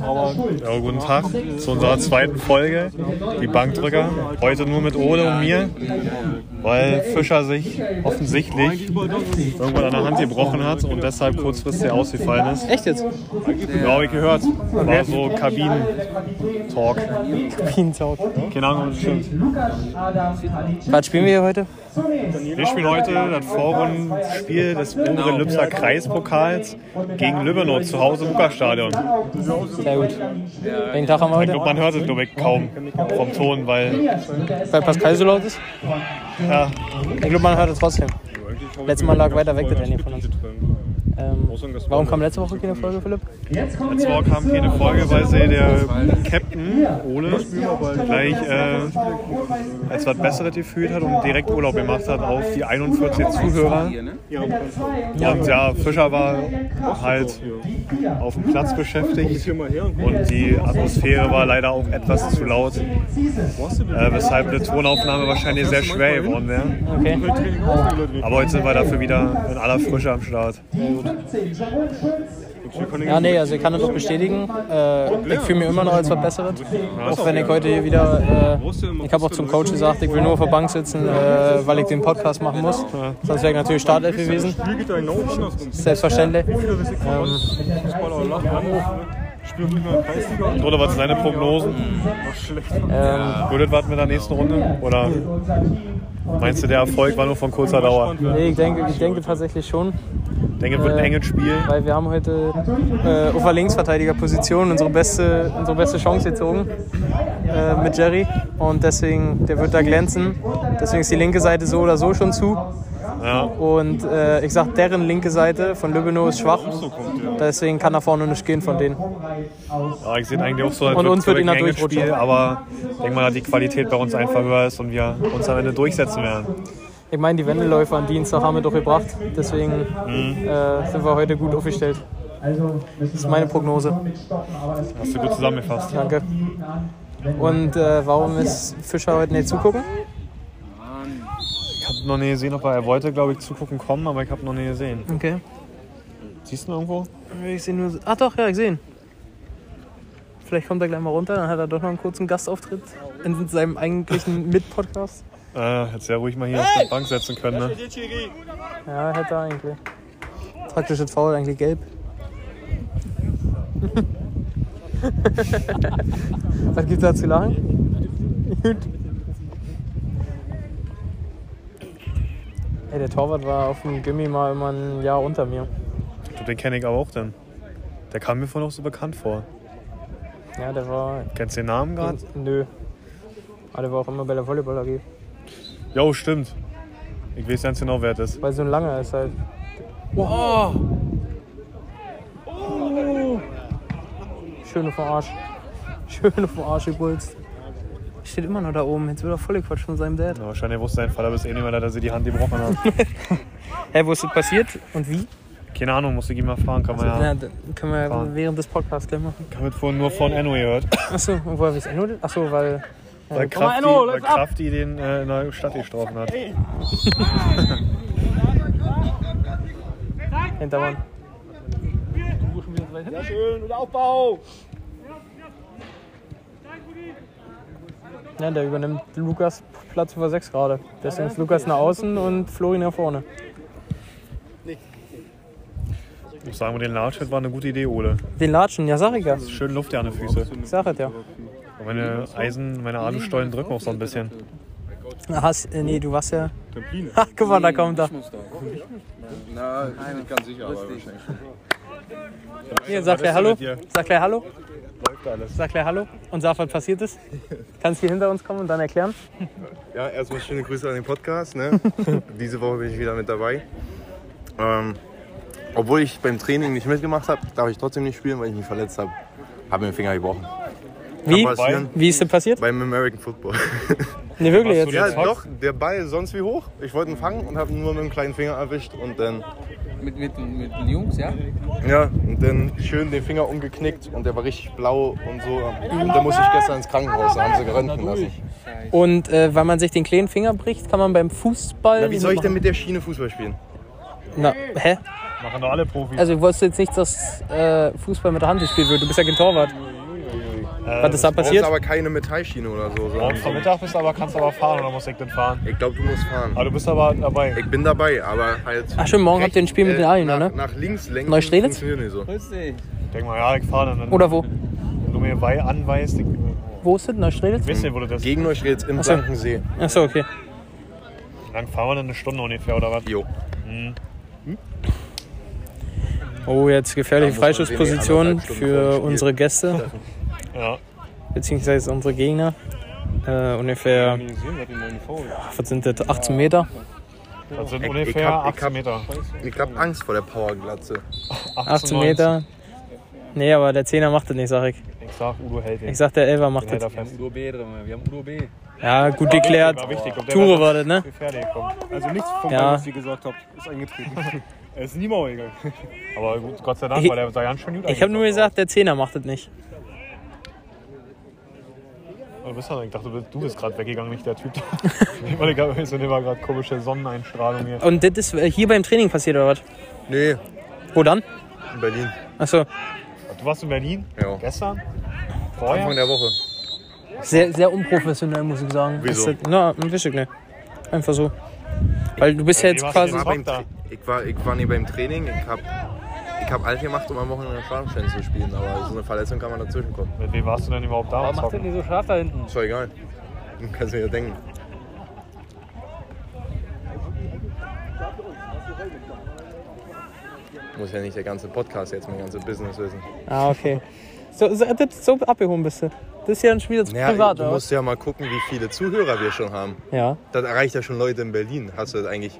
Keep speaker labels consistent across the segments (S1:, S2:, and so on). S1: Bauer.
S2: Ja, guten Tag zu unserer zweiten Folge, die Bankdrücker. Heute nur mit Ole und mir, weil Fischer sich offensichtlich irgendwann an der Hand gebrochen hat und deshalb kurzfristig ausgefallen ist.
S3: Echt jetzt?
S2: Ja, habe ich gehört. War so Kabinen-Talk.
S3: Bienentalk.
S2: Keine Ahnung, ob das stimmt.
S3: Was spielen wir hier heute?
S2: Wir spielen heute das Vorrundenspiel des oberen Lübser Kreispokals gegen Lübbenow zu Hause im Lukas-Stadion.
S3: Sehr gut. Welchen Tag haben wir
S2: Ich glaube, man
S3: heute?
S2: hört es, glaube ich, kaum vom Ton, weil
S3: Weil Pascal so laut ist?
S2: ja,
S3: Ich glaube, man hört es trotzdem. Letztes Mal lag weiter weg der Danny von uns. Ähm, warum kam letzte Woche keine Folge, Philipp?
S2: Letzte Woche kam keine Folge, weil sie der Captain Ole gleich äh, als was Besseres gefühlt hat und direkt Urlaub gemacht hat auf die 41 Zuhörer. Und ja, Fischer war halt auf dem Platz beschäftigt und die Atmosphäre war leider auch etwas zu laut, äh, weshalb eine Tonaufnahme wahrscheinlich sehr schwer geworden wäre.
S3: Okay.
S2: Aber heute sind wir dafür wieder in aller Frische am Start.
S3: Ja, nee, also ich kann das auch bestätigen. Äh, ich fühle mich immer noch als was Besseres. Auch wenn ich heute hier wieder. Äh, ich habe auch zum Coach gesagt, ich will nur auf der Bank sitzen, äh, weil ich den Podcast machen muss. Sonst wäre ich natürlich Startelf gewesen. Selbstverständlich. Ähm,
S1: ne?
S2: Und Ole, was sind deine Prognosen?
S1: Also
S3: ähm,
S2: Würdet was mit der nächsten Runde? Oder meinst du, der Erfolg war nur von kurzer Dauer?
S3: nee, ich denke, ich denke tatsächlich schon.
S2: Ich denke, es wird ein enges Spiel.
S3: Weil wir haben heute äh, auf der Linksverteidigerposition unsere beste, unsere beste Chance gezogen äh, mit Jerry. Und deswegen, der wird da glänzen. Deswegen ist die linke Seite so oder so schon zu.
S2: Ja.
S3: Und äh, ich sag, deren linke Seite von Lübbenow ist schwach. Deswegen kann da vorne nicht gehen von denen.
S2: Ja, ich sehe eigentlich auch so, als
S3: Und uns wird
S2: es
S3: ihn
S2: ein
S3: da
S2: enges
S3: durchrutschen.
S2: Spiel, aber ich denke mal, dass die Qualität bei uns einfach höher ist und wir uns am Ende durchsetzen werden.
S3: Ich meine, die Wendeläufer am Dienstag haben wir doch gebracht. Deswegen äh, sind wir heute gut aufgestellt. Das ist meine Prognose.
S2: Hast du gut zusammengefasst.
S3: Danke. Und äh, warum ist Fischer heute nicht zugucken?
S2: Ich habe noch nie gesehen, ob er, er wollte, glaube ich, zugucken kommen, aber ich habe noch nie gesehen.
S3: Okay.
S2: Siehst du ihn irgendwo?
S3: Ich sehe nur. Ach doch, ja, ich sehe ihn. Vielleicht kommt er gleich mal runter, dann hat er doch noch einen kurzen Gastauftritt in seinem eigentlichen Mit-Podcast.
S2: Äh, hättest du ja ruhig mal hier auf die Bank setzen können, ne?
S3: Ja, hätte er eigentlich. Taktische Foul, eigentlich gelb. Was gibt's da zu lachen? Gut. Ey, der Torwart war auf dem Gimmi mal immer ein Jahr unter mir.
S2: Ich glaub, Den kenne ich aber auch dann. Der kam mir vorhin auch so bekannt vor.
S3: Ja, der war.
S2: Kennst du den Namen gerade?
S3: Nö. Aber der war auch immer bei der Volleyball AG.
S2: Jo, stimmt. Ich weiß ganz genau, wer das ist.
S3: Weil so ein langer ist halt. Oh.
S2: Wow.
S3: Schöne vom Arsch. Schöne vom Arsch gebolzt. Steht immer noch da oben. Jetzt wird er voll gequatscht von seinem Dad.
S2: Ja, wahrscheinlich wusste sein Vater bis eh nicht mehr, dass er die Hand gebrochen hat.
S3: Hä, wo ist das passiert? Ah. Und wie?
S2: Keine Ahnung, musste ich ihn mal fragen. Kann man ja.
S3: Na, dann können wir ja während des Podcasts gleich machen.
S2: Ich habe vorhin nur von Enno gehört.
S3: Achso, und woher wisst ihr nur das? Achso, weil.
S2: Weil
S3: komm
S2: Krafti,
S3: mal, Enno,
S2: weil
S3: lauf ab!
S2: Krafti den äh, in der Stadt gestrafen hat.
S3: Hintermann. Ja, der übernimmt Lukas Platz über 6 gerade. Deswegen ist Lukas nach außen und Flori nach vorne.
S2: Ich muss sagen, mit den Larchit war eine gute Idee, Ole.
S3: Den Latschen, ja, sag ich ja.
S2: Schön Luft ja an den Füßen.
S3: Ich sag es ja.
S2: Und Meine Eisen, meine Alustollen drücken auch so ein bisschen.
S3: Hast, äh, nee, du warst ja. Ha, guck mal, da kommt er.
S4: Na, ich bin nicht ganz sicher, aber wahrscheinlich schon.
S3: Hier, sag gleich Hallo.
S2: mit dir?
S3: Sag gleich Hallo. Sag gleich Hallo und sag, was passiert ist. Kannst hier hinter uns kommen und dann erklären.
S4: Ja, erstmal schöne Grüße an den Podcast. Ne? Diese Woche bin ich wieder mit dabei. Ähm, obwohl ich beim Training nicht mitgemacht habe, darf ich trotzdem nicht spielen, weil ich mich verletzt habe. Habe mir den Finger gebrochen.
S3: Wie?
S4: passieren.
S3: Wie ist das passiert?
S4: Beim American Football.
S3: Nee, wirklich jetzt.
S4: ja, doch, der Ball sonst wie hoch. Ich wollte ihn fangen und habe ihn nur mit dem kleinen Finger erwischt und dann,
S5: Mit, mit, mit den Jungs, ja?
S4: ja, und dann schön den Finger umgeknickt und der war richtig blau und so. Und dann musste ich gestern ins Krankenhaus, da haben sie geröntgen lassen.
S3: Und äh, weil man sich den kleinen Finger bricht, kann man beim Fußball.
S4: Na, wie soll ich denn mit der Schiene Fußball spielen?
S3: Na, hä?
S2: Machen doch alle Profis.
S3: Also ich wusste jetzt nicht, dass äh, Fußball mit der Hand gespielt wird. Du bist ja kein Torwart. Was ist da
S4: Du brauchst
S3: passiert?
S4: aber keine Metallschiene oder so. sondern-
S2: Morgens am Mittag bist du aber, kannst aber fahren oder musst direkt dann fahren.
S4: Ich glaube, du musst fahren.
S2: Aber du bist aber dabei.
S4: Ich bin dabei, aber halt. Äh,
S3: Ach stimmt, morgen habt ihr ein Spiel mit den Alien,
S4: nach,
S3: ne?
S4: Nach links lenken.
S3: Neustrelitz?
S4: funktioniert nicht so.
S5: Grüß dich.
S2: Ich denk mal, ja, ich fahre dann.
S3: Oder wo?
S2: Wenn du mir wei anweist, ich
S3: Wo ist das? Neustrelitz?
S2: weiß nicht, wo du das
S4: Gegen Neustrelitz im
S3: so.
S4: Blankensee.
S3: Achso, okay.
S2: Dann fahren wir dann eine Stunde ungefähr oder was?
S4: Jo.
S3: Oh, jetzt gefährliche
S4: Da muss man sehen, die
S3: Freischussposition
S4: anderthalb Stunden vor dem
S3: für
S4: Spiel.
S3: unsere Gäste,
S2: Ja.
S3: beziehungsweise unsere Gegner. Äh, ungefähr, was sind das, 18 Meter?
S2: Das sind
S4: Ich- ich
S2: ungefähr
S4: hab- ich
S2: 18
S4: hab-
S2: Meter.
S4: Ich hab Angst vor der Powerglatze.
S3: 18 Meter. Nee, aber der Zehner macht das nicht, sag ich.
S2: 19. Ich sag, Udo hält den.
S3: Ich sag, der Elfer macht
S2: hält
S3: das.
S2: er fest.
S5: Udo B drin, wir haben Udo B.
S3: Ja, gut geklärt.
S2: War wichtig, ob der
S3: Ture
S2: war-
S3: war das, ne?
S2: Gefährlich, komm.
S1: Also nichts von
S3: Ja.
S1: dem, was ihr gesagt habt, ist eingetreten. es ist nie mal egal.
S2: Aber gut, Gott sei Dank,
S3: Ich-
S2: weil der sah ganz schön gut
S3: Ich habe nur
S2: eingesetzt
S3: gesagt, der Zehner macht das nicht.
S2: aus. Du bist dann, ich dachte, du bist, du bist gerade weggegangen, nicht der Typ. da. ich meine, gerade so immer gerade komische Sonneneinstrahlung hier.
S3: Und das ist äh, hier beim Training passiert, oder was?
S4: Nee,
S3: Wo dann?
S4: in Berlin.
S3: Achso,
S2: Du warst in Berlin?
S4: Ja.
S2: Gestern?
S4: Anfang
S2: Vorher?
S4: der Woche.
S3: sehr, sehr unprofessionell, muss ich sagen.
S4: Wieso?
S3: Ist das- Na, ein bisschen, ne. Einfach so. Weil du bist ja jetzt
S2: warst
S4: Ich
S3: quasi.
S4: war, beim
S2: Doktor.
S4: Tra- ich war, ich war nie beim Training. Ich hab, ich hab alles gemacht, um am Wochenende Schlafstein zu spielen. Aber so eine Verletzung kann man dazwischen kommen.
S2: Mit wem warst du denn überhaupt da? am
S5: Warum macht
S2: Zocken?
S5: denn die so scharf da hinten?
S4: Ist doch egal. Kannst du dir denken. Muss ja nicht der ganze Podcast jetzt mein ganzes Business wissen.
S3: Ah, okay. So, so, das, so abgehoben bist du. Das ist ja ein Spiel, das ist privat,
S4: du
S3: oder?
S4: musst ja mal gucken, wie viele Zuhörer wir schon haben.
S3: Ja.
S4: Das erreicht ja schon Leute in Berlin. Hast du das eigentlich,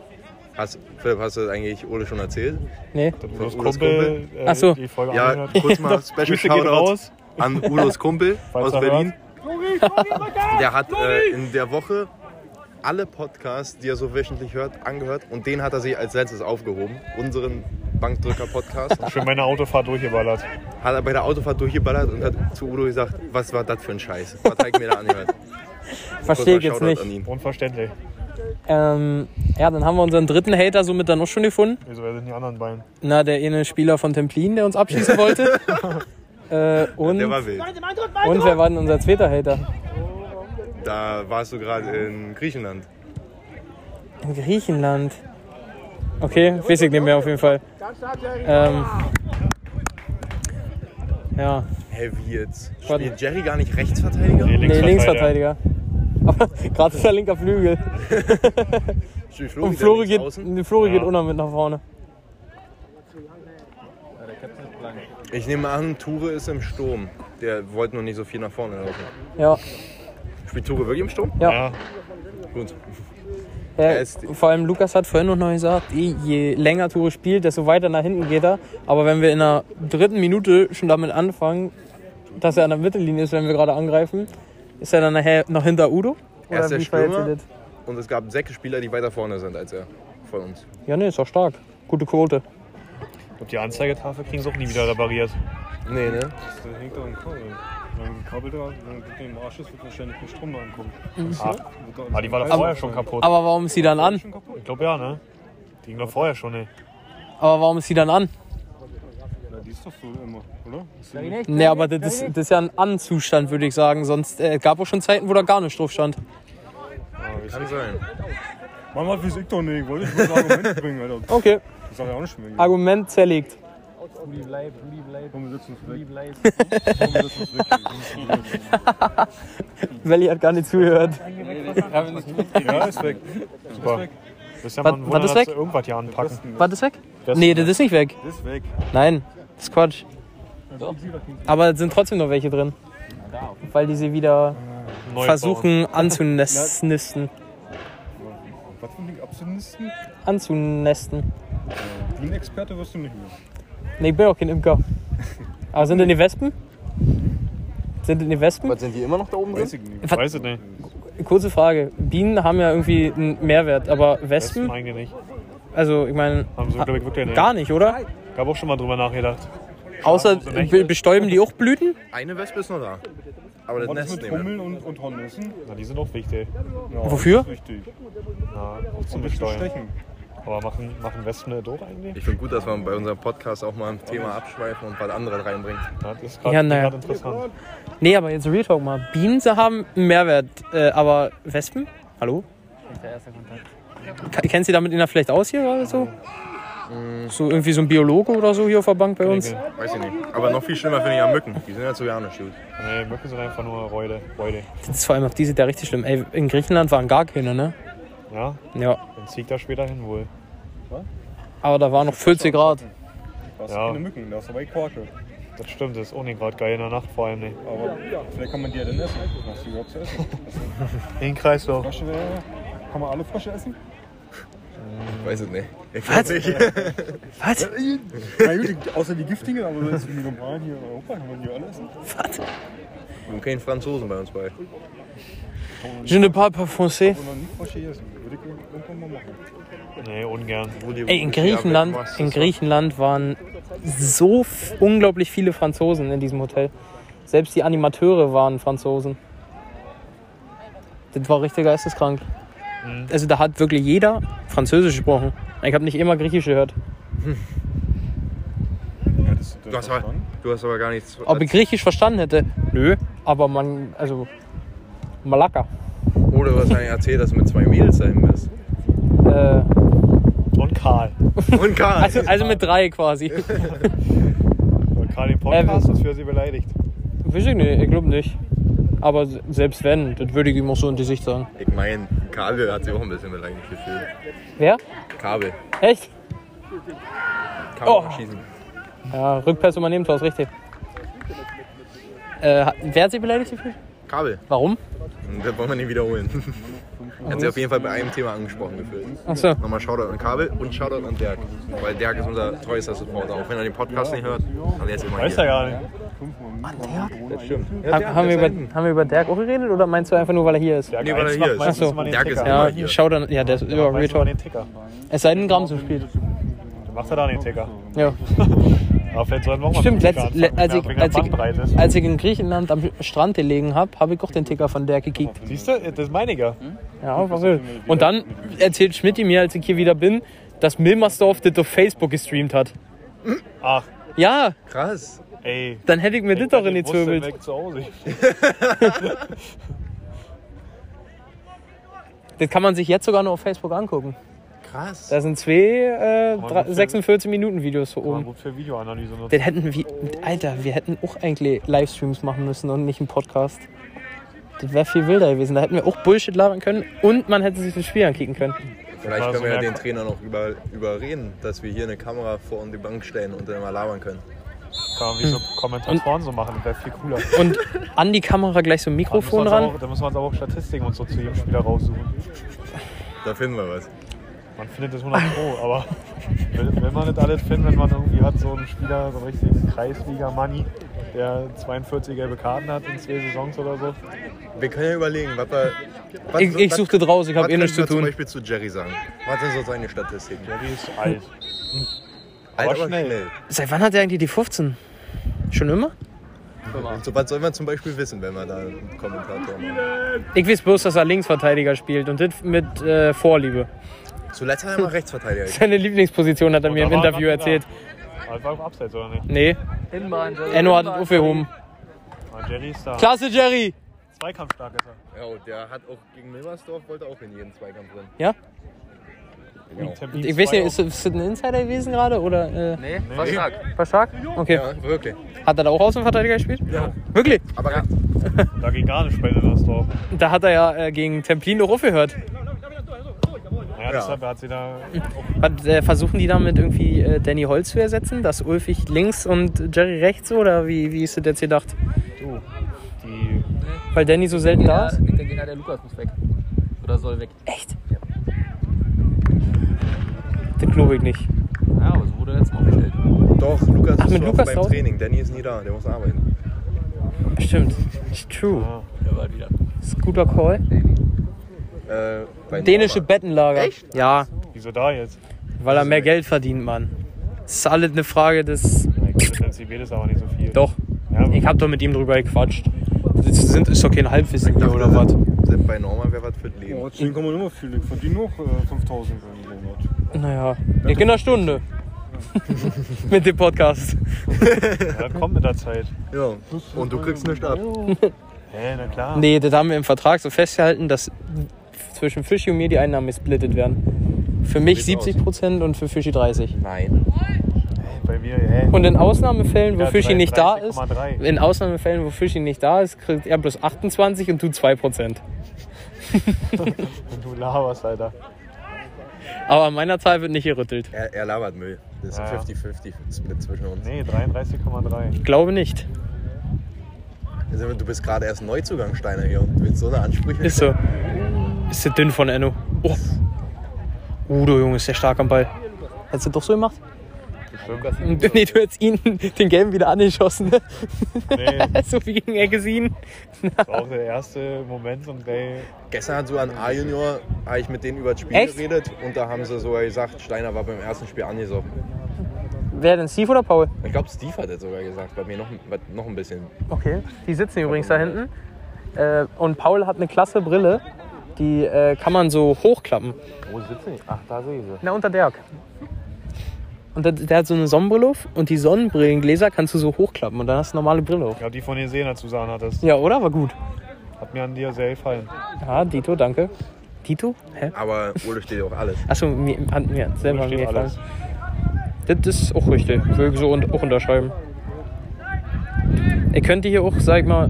S4: hast, Philipp, hast du das eigentlich Ole schon erzählt?
S3: Nee.
S2: Udos
S4: Udos
S2: Kumpel, äh,
S3: Ach so.
S2: die Folge
S4: Ja,
S2: angehört.
S4: kurz mal Special
S2: Grüße gehen
S4: Shoutout
S2: raus.
S4: an Ulos Kumpel
S2: Falls
S4: aus
S2: er
S4: Berlin. Der hat äh, in der Woche alle Podcasts, die er so wöchentlich hört, angehört und den hat er sich als letztes aufgehoben. Unseren Bankdrücker-Podcast
S2: Schön meine Autofahrt durchgeballert.
S4: hat er bei der Autofahrt durchgeballert und hat zu Udo gesagt, was war das für ein Scheiß? Was hat ich mir da angehört?
S3: Verstehe ich jetzt
S4: Shoutout
S3: nicht.
S4: an ihn.
S2: Unverständlich.
S3: Ähm, ja, dann haben wir unseren dritten Hater somit dann auch schon gefunden.
S2: Wieso, wer sind die anderen beiden?
S3: Na, der eine Spieler von Templin, der uns abschießen wollte. äh, und,
S4: Der war wild.
S3: und wer war denn unser zweiter Hater?
S4: Da warst du gerade in Griechenland.
S3: In Griechenland. Okay, weiß ich nicht mehr auf jeden Fall. Ähm, ja,
S4: Hä, wie jetzt?
S3: Warte.
S4: Spielt Jerry gar nicht Rechtsverteidiger?
S3: nee, Linksverteidiger. Aber gerade ist er linker Flügel.
S4: Spielt Flori
S3: Und
S4: denn
S3: Flori
S4: links
S3: geht,
S4: außen?
S3: nee, Flori geht
S2: Ja.
S3: unter mit nach vorne.
S4: Ich nehme an, Ture ist im Sturm. Der wollte noch nicht so viel nach vorne laufen.
S3: Ja,
S4: Spielt Ture wirklich im Sturm?
S2: Ja,
S4: Gut.
S3: Ja,
S4: Er ist-
S3: vor allem Lukas hat vorhin noch neu gesagt, eh, je länger Tore spielt, desto weiter nach hinten geht er. Aber wenn wir in der dritten Minute schon damit anfangen, dass er an der Mittellinie ist, wenn wir gerade angreifen, ist er dann nachher noch hinter Udo?
S4: Er ist der
S3: wie verhält
S4: Stürmer.
S3: sich das?
S4: Und es gab sechs Spieler, die weiter vorne sind als er. Von uns.
S3: Ja, nee, ist doch stark. Gute Quote.
S2: Und die Anzeigetafel kriegen sie auch nie wieder repariert.
S4: Nee, ne?
S1: Das äh, hängt doch im Kabel. Wenn ein Kabel da, wenn das Ding im Arsch ist, wird wahrscheinlich ein Strom da ankommen.
S3: Mhm.
S2: Ah,
S1: Wird da
S2: ah, die war da
S1: alles
S2: vorher
S1: kaputt
S2: schon
S1: sein.
S2: kaputt.
S3: Aber warum ist sie dann an?
S1: Schon kaputt?
S2: Ich glaube ja, ne? Die ging doch vorher schon, ne?
S3: Aber warum ist sie dann an?
S1: Na, die ist doch so immer, oder? Ist die nicht?
S3: Nee, aber das ist, das ist ja ein An-Zustand, würde ich sagen. Sonst äh, gab auch schon Zeiten, wo da gar nicht drauf stand.
S4: Kann sein.
S1: Mann, was weiß ich doch nicht. Wollte ich nur ein Argument bringen, Alter.
S3: Okay,
S1: Das sag ja auch nicht
S3: Ah,
S1: mehr.
S3: Argument zerlegt.
S5: Rudi bleib, Rudi bleib,
S1: Komm, wir setzen uns
S5: Rudi
S1: weg.
S5: bleib.
S1: Komm, wir setzen uns weg.
S3: Welli hat gar nicht zugehört.
S1: ja, ist weg.
S2: Super. Das ist ja
S3: Was-
S2: mal ein
S3: was
S2: Wunder,
S3: ist
S2: dass
S3: weg?
S2: sie irgendwas hier anpacken.
S3: War das weg?
S2: Das-
S3: nee, das ist nicht weg.
S1: Das ist weg.
S3: Nein, das ist Quatsch. Aber es sind trotzdem noch welche drin. Weil die sie wieder
S2: Neu
S3: versuchen anzunisten.
S1: Was für ein Ding? Abstinisten?
S3: Anzunesten.
S1: Bienenexperte wirst du nicht mehr.
S3: Nee, ich bin auch kein Imker. Aber sind denn die Wespen? Sind denn die Wespen?
S4: Was sind die immer noch da oben
S1: Weiß
S4: drin?
S1: ich nicht.
S2: Bauen. Weiß ich nicht.
S3: Kurze Frage. Bienen haben ja irgendwie einen Mehrwert, aber
S2: Das
S3: Wespen?
S2: meine ich nicht.
S3: Also, ich meine,
S2: Haben sie, glaube ich, wirklich nicht.
S3: gar nicht, oder?
S2: Ich habe auch schon mal drüber nachgedacht.
S3: Außer
S2: so eine
S3: be- bestäuben die auch Blüten?
S4: Eine Wespe ist noch da. Aber das
S1: Was ist mit
S4: Nest nehmen.
S1: Hummeln und, und Hornissen?
S2: Na, die sind auch wichtig.
S1: Ja,
S3: Wofür?
S1: das ist Richtig.
S2: Na, auch zum
S1: Zum
S2: Besteuern.
S1: Stechen.
S2: Aber machen, machen Wespen eine Dope eigentlich?
S4: Ich finde gut, dass man bei unserem Podcast auch mal ein Thema abschweifen und was anderes reinbringt.
S2: Das ist gerade
S3: Ja, naja.
S2: gerade interessant.
S3: Nee, aber jetzt Real Talk mal. Bienen haben einen Mehrwert, äh, aber Wespen? Hallo? Ka- Kennst du damit in der vielleicht aus hier oder so? So irgendwie so ein Biologe oder so hier auf der Bank bei uns?
S4: Weiß ich nicht. Aber noch viel schlimmer finde ich ja Mücken. Die sind ja zu gerne shoot.
S2: Nee, Mücken sind einfach nur Reule. Reule.
S3: Das ist vor allem auf die sind ja richtig schlimm. Ey, in Griechenland waren gar keine, ne?
S2: Ja,
S3: Ja.
S2: dann zieht da später hin wohl.
S3: Aber da waren noch 40 Grad.
S1: Da hast du
S2: Ja.
S1: keine Mücken, da hast du aber eh Quake.
S2: Das stimmt, das ist auch nicht gerade geil in der Nacht vor allem nicht.
S1: Aber vielleicht kann man die ja dann essen. Hast du überhaupt zu essen?
S2: Den Kreislauf.
S1: Frösche wäre. Kann man alle Frösche essen?
S4: Ich weiß es nicht. Ich weiß nicht.
S3: Was?
S1: Na gut, außer die giftigen, aber sonst die normalen hier in Europa kann man die alle essen.
S3: Was?
S4: Wir haben keinen Franzosen bei uns bei.
S3: Je ne parle pas français.
S1: Und dann nie Frösche hier essen. Würde ich irgendwann mal machen.
S2: Nee, ungern.
S3: Ey, in Griechenland, in Griechenland waren so f- unglaublich viele Franzosen in diesem Hotel. Selbst die Animateure waren Franzosen. Das war richtig geisteskrank. Also da hat wirklich jeder Französisch gesprochen. Ich habe nicht immer Griechisch gehört.
S1: Ja, das ist äh,
S4: Du hast, aber, du hast aber gar nichts.
S3: Ob ich Griechisch verstanden hätte? Nö. Aber man, also Malaka.
S4: Oder du hast eigentlich erzählt, dass du mit zwei Mädels dahin bist.
S3: Äh,
S2: Und Karl.
S4: Und Karl.
S3: also, also mit drei quasi.
S2: Weil Karl den Podcast
S3: Äh,
S2: ist für sie beleidigt.
S3: Weiß ich nicht, ich glaube nicht. Aber se- selbst wenn, das würde ich ihm auch so in die Sicht sagen.
S4: Ich meine, Kabel hat sich auch ein bisschen beleidigt gefühlt.
S3: Wer?
S4: Kabel.
S3: Echt?
S4: Kabel
S3: Oh.
S4: schießen.
S3: Ja, Rückpass übernehmen, Tor, ist richtig. Äh, hat- wer hat sie beleidigt gefühlt?
S4: Kabel.
S3: Warum?
S4: Und Das wollen wir nicht wiederholen. hat sich auf jeden Fall bei einem Thema angesprochen gefühlt.
S3: Achso.
S4: Nochmal Shoutout an Kabel und Shoutout an Dirk. Weil Dirk ist unser treuester Supporter. Auch wenn er den Podcast nicht hört, dann er ist immer
S2: Weiß er
S4: hier.
S2: gar nicht.
S4: Das stimmt.
S3: Ha- haben, wir über, haben wir über Dirk auch geredet oder meinst du einfach nur, weil er hier ist?
S2: Der
S4: Nee,
S2: Geiz
S4: weil er hier
S2: macht
S4: ist.
S2: meistens
S3: Ach so.
S2: mal den
S4: Der
S2: Ticker.
S4: ist immer hier.
S3: schau dann. Ja, der ist über
S2: Meistens mal
S3: Retor.
S2: den Ticker.
S3: Es sei denn, Grams im Spiel.
S2: Dann macht er da den Ticker.
S3: Ja.
S2: Aber vielleicht sollten wir auch mal
S3: Stimmt,
S2: mit dem Ticker
S3: letzt, le
S2: anfangen,
S3: als,
S2: ja,
S3: ich,
S2: wegen der
S3: als,
S2: Bandbreite.
S3: ich, als ich in Griechenland am Strand gelegen habe, habe ich auch den Ticker von Dirk gekickt.
S2: Siehst du, das meine ich ja.
S3: Hm? Ja, was will. Und dann erzählt Schmidt mir, als ich hier wieder bin, dass Milmersdorf das auf Facebook gestreamt hat.
S2: Ach,
S3: Ja,
S4: Krass.
S2: ey.
S3: dann hätte ich mir das doch in die
S2: Ich wusste,
S3: Zwirbel.
S2: weg zu Hause.
S3: Das kann man sich jetzt sogar noch auf Facebook angucken.
S4: Krass.
S3: Da sind zwei äh,
S2: man
S3: drei-
S2: gut
S3: 46 Minuten Videos so
S2: Man
S3: oben.
S2: gut für Videoanalyse nutzen.
S3: Den hätten wir, Alter, wir hätten auch eigentlich Livestreams machen müssen und nicht einen Podcast. Das wäre viel wilder gewesen. Da hätten wir auch Bullshit labern können und man hätte sich das Spiel ankicken können.
S4: Vielleicht
S2: war
S4: können
S2: so
S4: wir ja
S2: merk-
S4: den Trainer noch über, überreden, dass wir hier eine Kamera vor und die Bank stellen und dann mal labern können.
S2: Kann man wie so Kommentatoren so machen, das wäre viel cooler. Da
S3: Und an die Kamera gleich so ein
S2: müssen wir
S3: Mikrofon
S2: uns
S3: ran.
S2: Auch, da müssen wir uns aber auch Statistiken und so zu jedem Spieler raussuchen.
S4: Da finden wir was.
S2: Man findet das 100 Pro, aber wenn, wenn man nicht alles findet, wenn man irgendwie hat so einen Spieler, so einen richtigen Kreisliga-Money, der 42 gelbe Karten hat in zwei Saisons oder so.
S4: Wir können ja überlegen, was wir. Was,
S3: Ich, ich
S4: was-
S3: suchte draus, ich
S4: was
S3: habe eh
S4: könnten
S3: nichts zu
S4: wir zum
S3: tun.
S4: Beispiel zu Jerry sagen. Was sind so seine Statistiken? Halt
S2: Ja, die ist alt.
S4: Alt,
S2: aber schnell.
S3: Seit wann hat er eigentlich die 15? Schon immer?
S4: Und so was soll man zum Beispiel wissen, wenn man da einen Kommentator macht?
S3: Ich weiß bloß, dass er Linksverteidiger spielt und das mit äh, Vorliebe.
S4: Zuletzt hat er mal Rechtsverteidiger. gespielt.
S3: Seine Lieblingsposition hat er mir
S2: Oh, da
S3: im
S2: war er
S3: Interview
S2: gerade da.
S3: erzählt.
S2: Aber Also war auch abseits, oder nicht?
S3: Nee, Enno hat es aufgehoben.
S2: Ah, Jerry ist da.
S3: Klasse, Jerry!
S2: Zweikampfstark ist er.
S4: Ja, und der hat auch gegen Milbersdorf, wollte auch in jeden Zweikampf drin.
S3: Ja?
S4: Ja.
S2: Termin
S3: Ich weiß
S2: zwei
S3: nicht, ist, ist das ein Insider gewesen gerade? Oder, äh, nee,
S2: auf- nee,
S3: war stark? Okay.
S4: Ja, wirklich.
S3: Hat er da auch Außenverteidiger gespielt?
S4: Ja.
S3: Wirklich?
S4: Aber rechts.
S2: Da ging gar nicht bei Lillersdorf.
S3: Da hat er ja äh, gegen Templin noch aufgehört.
S2: Naja, deshalb hat sie da.
S3: Was, äh, versuchen die damit irgendwie äh, Danny Holz zu ersetzen? Dass Ulfig links und Jerry rechts? Oder wie, wie ist das jetzt gedacht?
S2: Du, die.
S3: Weil Danny so selten
S6: Ja,
S3: da ist?
S6: ich denke, ja, der Lukas muss weg. Oder soll weg.
S3: Echt? Das glaube ich nicht.
S6: Ja, aber so wurde er jetzt mal bestellt.
S4: Doch, Lukas
S3: mit
S4: ist zu Hause
S3: Lukas
S4: beim
S3: zu Hause?
S4: Training. Danny ist nie da, der muss arbeiten.
S3: Stimmt. Ist true.
S6: Der war halt wieder.
S3: Ist guter Call.
S4: Äh, bei
S3: Dänische
S4: Neumann.
S3: Bettenlager. Echt? Ja,
S2: Wieso da jetzt?
S3: weil er mehr Geld verdient, Mann. Das ist alles eine Frage des.
S2: Na, Ich glaube, Nancy Bede ist aber nicht so viel.
S3: Doch.
S2: Ja,
S3: Ich hab doch mit ihm drüber gequatscht. Das sind, ist doch kein Halbwissen hier oder was.
S4: Sepp bei Norma wäre was für das Leben.
S1: Oh, deswegen kann man immer viel. Ich verdiene noch äh, 5000 im Monat.
S3: Naja, liegt in einer Stunde. Mit dem Podcast.
S2: Ja, kommt mit der Zeit.
S4: Ja. Und du kriegst nichts ab.
S2: Hä, na klar.
S3: Nee, das haben wir im Vertrag so festgehalten, dass zwischen Fischi und mir die Einnahmen gesplittet werden. Für mich 70% und für Fischi 30.
S4: Nein.
S2: Bei mir, hä?
S3: Und in Ausnahmefällen, wo
S2: Ja,
S3: Fischi nicht da ist,
S2: 33,3.
S3: in Ausnahmefällen, wo Fischi nicht da ist, kriegt er plus 28 und du 2%.
S2: Du laberst, Alter.
S3: Aber an meiner Zahl wird nicht gerüttelt.
S4: Er, er labert Müll. Das ist
S2: Ja, ja.
S4: ein 50-50-Split zwischen uns.
S2: Nee, 33,3.
S3: Ich glaube nicht.
S4: Also, Du bist gerade erst Neuzugang, Steiner, hier. Und du willst so eine Ansprüche.
S3: Ist so. Ist das dünn von Enno. Oh. Udo, Junge, ist der stark am Ball. Hättest du doch so gemacht? Nee, du hättest ihn, den Gelben, wieder angeschossen. ne?
S2: Nee,
S3: so wie gegen Eggesin.
S2: das war auch der erste Moment und ey,
S4: Gestern hat so ein A-Junior, habe ich mit denen über das Spiel
S3: Echt?
S4: geredet. Und da haben sie sogar gesagt, Steiner war beim ersten Spiel angesoffen.
S3: Wer denn, Steve oder Paul?
S4: Ich glaube, Steve hat das sogar gesagt. Bei mir noch, noch ein bisschen.
S3: Okay. Die sitzen übrigens da hinten. Äh, und Paul hat eine klasse Brille. Die äh, kann man so hochklappen.
S2: wo sitze ich? Ach, da sehe ich sie.
S3: Na, unter Dirk. Und der, der hat so eine Sonnenbrille auf und die Sonnenbrillengläser kannst du so hochklappen und dann hast du eine normale Brille auf.
S2: Ich hab die von dir sehen, als du sahen hattest.
S3: Ja, oder? War gut.
S2: Hat mir an dir sehr gefallen.
S3: Ja, Dito, danke. Dito? Hä?
S4: Aber Ole steht auch alles.
S3: Achso, mir, hat mir selber
S2: Steht
S3: mir gefallen.
S2: alles.
S3: Das ist auch richtig. Würde ich so un auch unterschreiben. Ihr könnt hier auch, sag ich mal,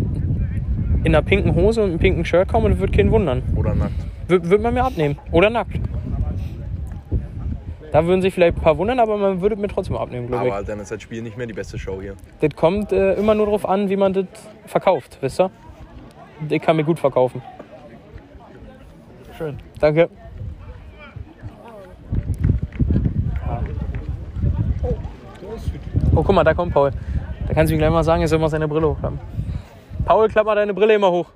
S3: in einer pinken Hose und einem pinken Shirt kommen und es wird keinen wundern.
S4: Oder nackt.
S3: Wür- Würde man mir abnehmen. Oder nackt. Da würden sich vielleicht ein paar wundern, aber man würde mir trotzdem abnehmen, glaube ich.
S4: Aber dann ist das Spiel nicht mehr die beste Show hier.
S3: Das kommt äh, immer nur darauf an, wie man das verkauft, wisst ihr? Ich kann mir gut verkaufen.
S2: Schön.
S3: Danke. Oh, guck mal, da kommt Paul. Da kannst du ihm gleich mal sagen, er soll mal seine Brille hochklappen. Paul, klapp mal deine Brille immer hoch.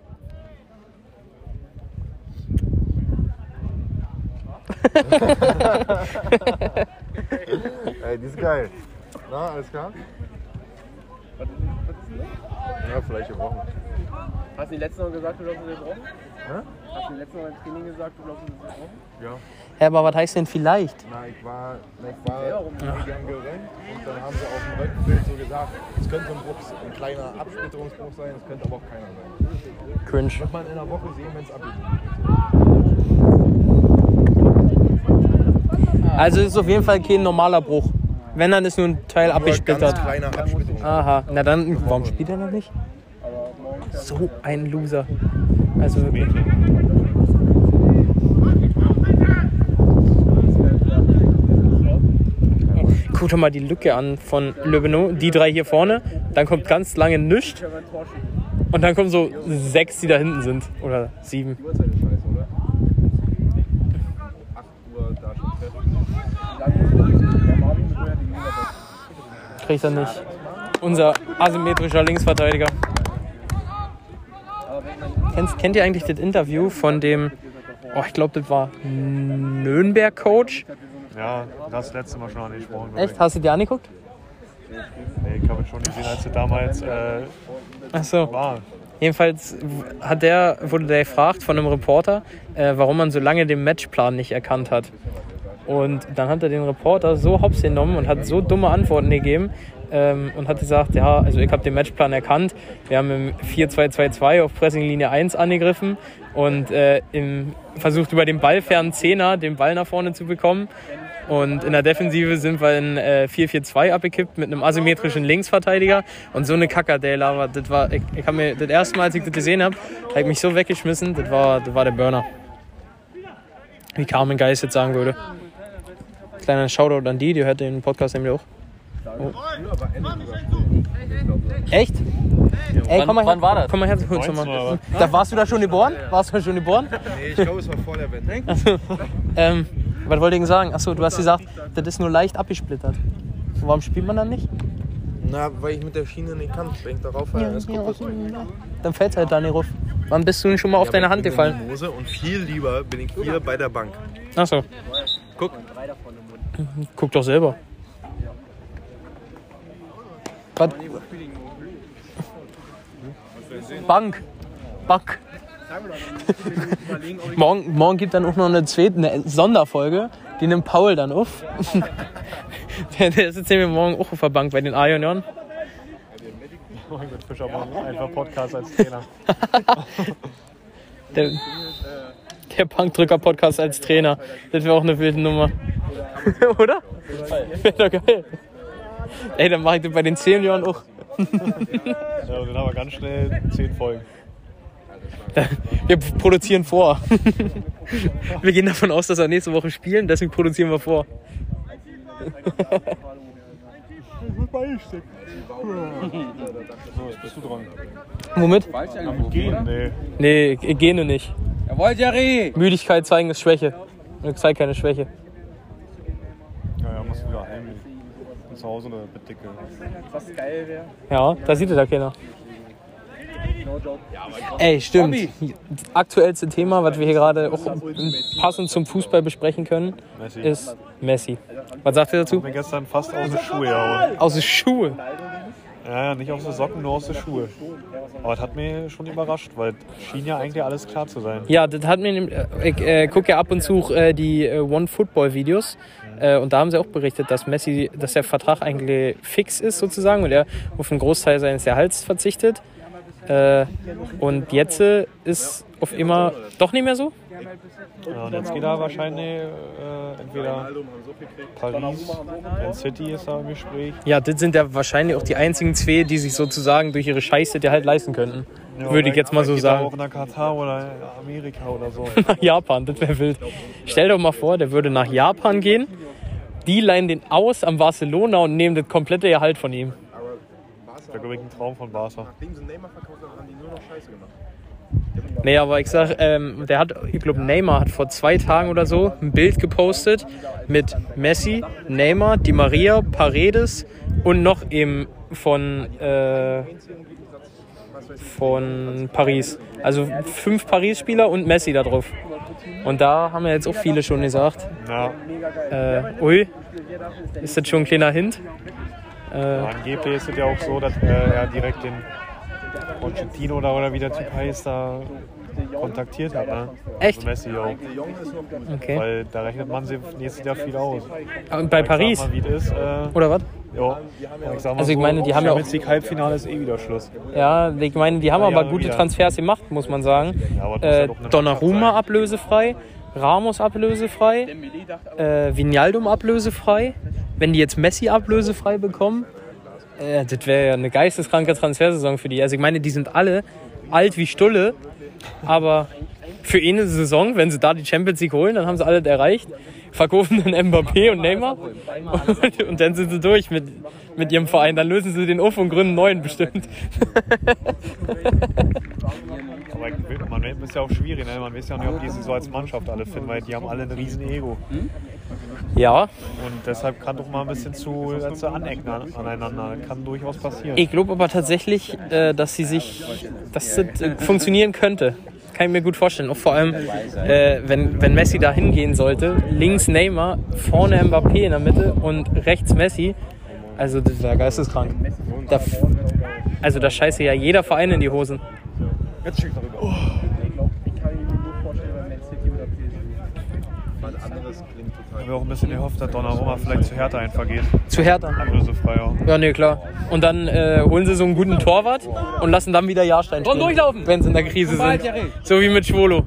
S4: Ey, die ist geil. Na, alles klar? Ja, vielleicht gebrochen.
S6: Hast du die letzte Mal gesagt, du glaubst, du brauchen? Hast du die letzte Mal im Training gesagt, du glaubst, du brauchen?
S3: Hä, aber was heißt denn vielleicht?
S4: Na, ich war, ich war, die haben gerannt und dann haben sie auf dem Röntgenbild so gesagt, es könnte ein, Bruch, ein kleiner Absplitterungsbruch sein, es könnte aber auch keiner sein.
S3: Cringe.
S4: Wird man in einer Woche sehen, wenn es abgeht.
S3: Also es ist auf jeden Fall kein normaler Bruch. Wenn, dann ist nur ein Teil abgesplittert.
S4: kleiner Absplitterungsbruch.
S3: Aha, na dann, warum spielt er noch nicht? So ein Loser. Also wirklich. Guck doch mal die Lücke an von Löbenow. Die drei hier vorne. Dann kommt ganz lange nichts. Und dann kommen so sechs, die da hinten sind. Oder sieben. Kriegt er nicht. Unser asymmetrischer Linksverteidiger. Kennst, kennt ihr eigentlich das Interview von dem, oh, ich glaube, das war Nürnberg-Coach?
S2: Ja, das letzte Mal schon angesprochen. glaub
S3: Echt? Hast du dir angeguckt?
S2: Ich. Nee, ich habe es schon gesehen, als du damals äh,
S3: Achso.
S2: war.
S3: Jedenfalls hat der, wurde der gefragt von einem Reporter, äh, warum man so lange den Matchplan nicht erkannt hat. Und dann hat er den Reporter so hops genommen und hat so dumme Antworten gegeben ähm, und hat gesagt, ja, also ich habe den Matchplan erkannt. Wir haben im 4-2-2-2 auf Pressinglinie 1 angegriffen und äh, im, versucht über den ballfernen Zehner den Ball nach vorne zu bekommen. Und in der Defensive sind wir in äh, 4-4-2 abgekippt mit einem asymmetrischen Linksverteidiger. Und so eine Kackerdelle, war, das war, ich, ich hab mir das erste Mal, als ich das gesehen habe, habe ich mich so weggeschmissen, das war, das war der Burner. Wie Carmen Geist jetzt sagen würde. Kleiner Shoutout an die, die hört den Podcast nämlich auch. Oh. Echt? Ey, komm mal her,
S6: wann war das?
S3: Komm mal her, kurz
S2: Neunzehn oder
S3: nochmal. Da warst du da schon geboren? Warst du da schon geboren?
S4: Nee, ich glaube, es war vor der Wette.
S3: Ähm, was wollte ich denn sagen? Achso, du hast gesagt, das ist nur leicht abgesplittert. Warum spielt man dann nicht?
S4: Na, weil ich mit der Schiene nicht kann. Wenn ich darauf fahre, dann ist kaputt.
S3: Dann fällt halt Dani Ruff. Wann bist du denn schon mal auf deine Hand gefallen?
S4: Hose und viel lieber bin ich hier bei der Bank.
S3: Achso.
S4: Guck.
S3: Guck doch selber. Was? Bank. Bank. morgen, morgen gibt dann auch noch eine zweite eine Sonderfolge. die nimmt Paul dann auf. der, der sitzt nämlich morgen auch auf der Bank bei den A-Junioren.
S2: Mit Fischer morgen einfach Podcast als Trainer.
S3: Der, der Bankdrücker-Podcast als Trainer. Das wäre auch eine wilde Nummer. Oder? Wäre doch geil. Ey, dann mache ich das bei den Senioren auch.
S2: Ja, dann haben wir ganz schnell 10 Folgen.
S3: Wir produzieren vor. wir gehen davon aus, dass wir nächste Woche spielen, deswegen produzieren wir vor.
S1: So, jetzt bist du dran.
S3: Womit?
S6: Falsch Einwurf.
S2: Gehen? Nee.
S3: Nee, G- Gene nicht.
S6: Jawohl, Jerry!
S3: Müdigkeit zeigen ist Schwäche. Ich zeig keine Schwäche.
S1: Ja, ja, musst du wieder heim. Und Zu Hause eine Bettdecke.
S6: Was geil wäre.
S3: Ja, da sieht er da keiner. Ey, stimmt. Das aktuellste Thema, was wir hier gerade auch passend zum Fußball besprechen können, ist Messi. Was sagt ihr dazu?
S2: Ich bin gestern fast aus den Schuhe gehauen.
S3: Aus den Schuhe.
S2: Ja, ja, nicht aus den Socken, nur aus den Schuhe. Aber das hat mir schon überrascht, weil es schien ja eigentlich alles klar zu sein.
S3: Ja, das hat mir. nem- Ich äh, gucke ja ab und zu äh, die äh, One Football Videos. Äh, und da haben sie auch berichtet, dass Messi, dass der Vertrag eigentlich fix ist sozusagen und er auf einen Großteil seines Gehalts verzichtet. Äh, und jetzt äh, ist auf immer doch nicht mehr so.
S2: Ja, und jetzt geht er wahrscheinlich äh, entweder Paris, Man City ist da im Gespräch.
S3: Ja, das sind ja wahrscheinlich auch die einzigen zwei, die sich sozusagen durch ihre Scheiße der halt leisten könnten. Würde ich jetzt mal so
S2: Geht er
S3: sagen.
S2: Auch nach Katar oder nach Amerika oder so.
S3: Nach Japan, das wäre wild. Stell doch mal vor, der würde nach Japan gehen, die leihen den aus am Barcelona und nehmen das komplette Gehalt von ihm.
S2: Das wäre übrigens ein Traum von Barca.
S4: Nachdem sie Neymar verkauft haben, haben die nur noch Scheiße gemacht.
S3: Nee, aber ich sag, ähm, der hat, ich glaube, Neymar hat vor zwei Tagen oder so ein Bild gepostet mit Messi, Neymar, Di Maria, Paredes und noch eben von, äh, von Paris. Also fünf Paris-Spieler und Messi da drauf. Und da haben ja jetzt auch viele schon gesagt,
S2: Ja,
S3: äh, ui, ist das schon ein kleiner Hint?
S2: angeblich ist es ja auch so, dass äh, er direkt den Pochettino da oder wie der Typ heißt, da kontaktiert hat. Ne?
S3: Echt?
S2: Also Messi auch.
S3: Okay.
S2: Weil da rechnet man sich nächstes Jahr viel aus.
S3: Und bei
S2: Ich
S3: Paris?
S2: sag mal, wie das ist, äh,
S3: Oder was?
S2: Ja, ich sag mal
S3: Also ich meine, die haben ja auch-
S2: Champions League Halbfinale ist eh wieder Schluss.
S3: Ja, ich meine, die haben
S2: Ja,
S3: aber
S2: ja,
S3: gute
S2: wieder.
S3: Transfers gemacht, muss man sagen.
S2: Ja, aber das muss ja
S3: Äh,
S2: doch eine
S3: Donnarumma
S2: Mannschaft
S3: ablösefrei, Ramos ablösefrei, äh, Vinaldum ablösefrei. Wenn die jetzt Messi ablösefrei bekommen, äh, das wäre ja eine geisteskranke Transfersaison für die. Also ich meine, die sind alle alt wie Stulle, aber für eine Saison, wenn sie da die Champions League holen, dann haben sie alles erreicht, verkaufen dann Mbappé und Neymar und, und dann sind sie durch mit, mit ihrem Verein. Dann lösen sie den auf und gründen einen neuen bestimmt.
S2: Aber ich- man das ist ja auch schwierig, ne? man weiß ja nicht, ob die sich so als Mannschaft alle finden, weil die haben alle ein riesen Ego.
S3: Ja,
S2: Und deshalb kann doch mal ein bisschen zu, äh, zu anecken an- aneinander. Kann durchaus passieren.
S3: Ich glaube aber tatsächlich, äh, dass sie sich, dass das äh, funktionieren könnte. Kann ich mir gut vorstellen. Auch vor allem, äh, wenn, wenn Messi da hingehen sollte, links Neymar, vorne Mbappé in der Mitte und rechts Messi. Also das wäre geisteskrank. Da, f- also da scheiße ja jeder Verein in die Hosen.
S6: Ich kann mir nur vorstellen, wenn Man City oder PSG.
S2: Ich habe auch ein bisschen gehofft, dass Donnarumma vielleicht zu Hertha einvergeht.
S3: Zu Hertha.
S2: Ablösefrei auch.
S3: Ja, nee, klar. Und dann äh, holen sie so einen guten Torwart und lassen dann wieder Jahrstein spielen. durchlaufen! Wenn sie in der Krise sind. So wie mit Schwolo.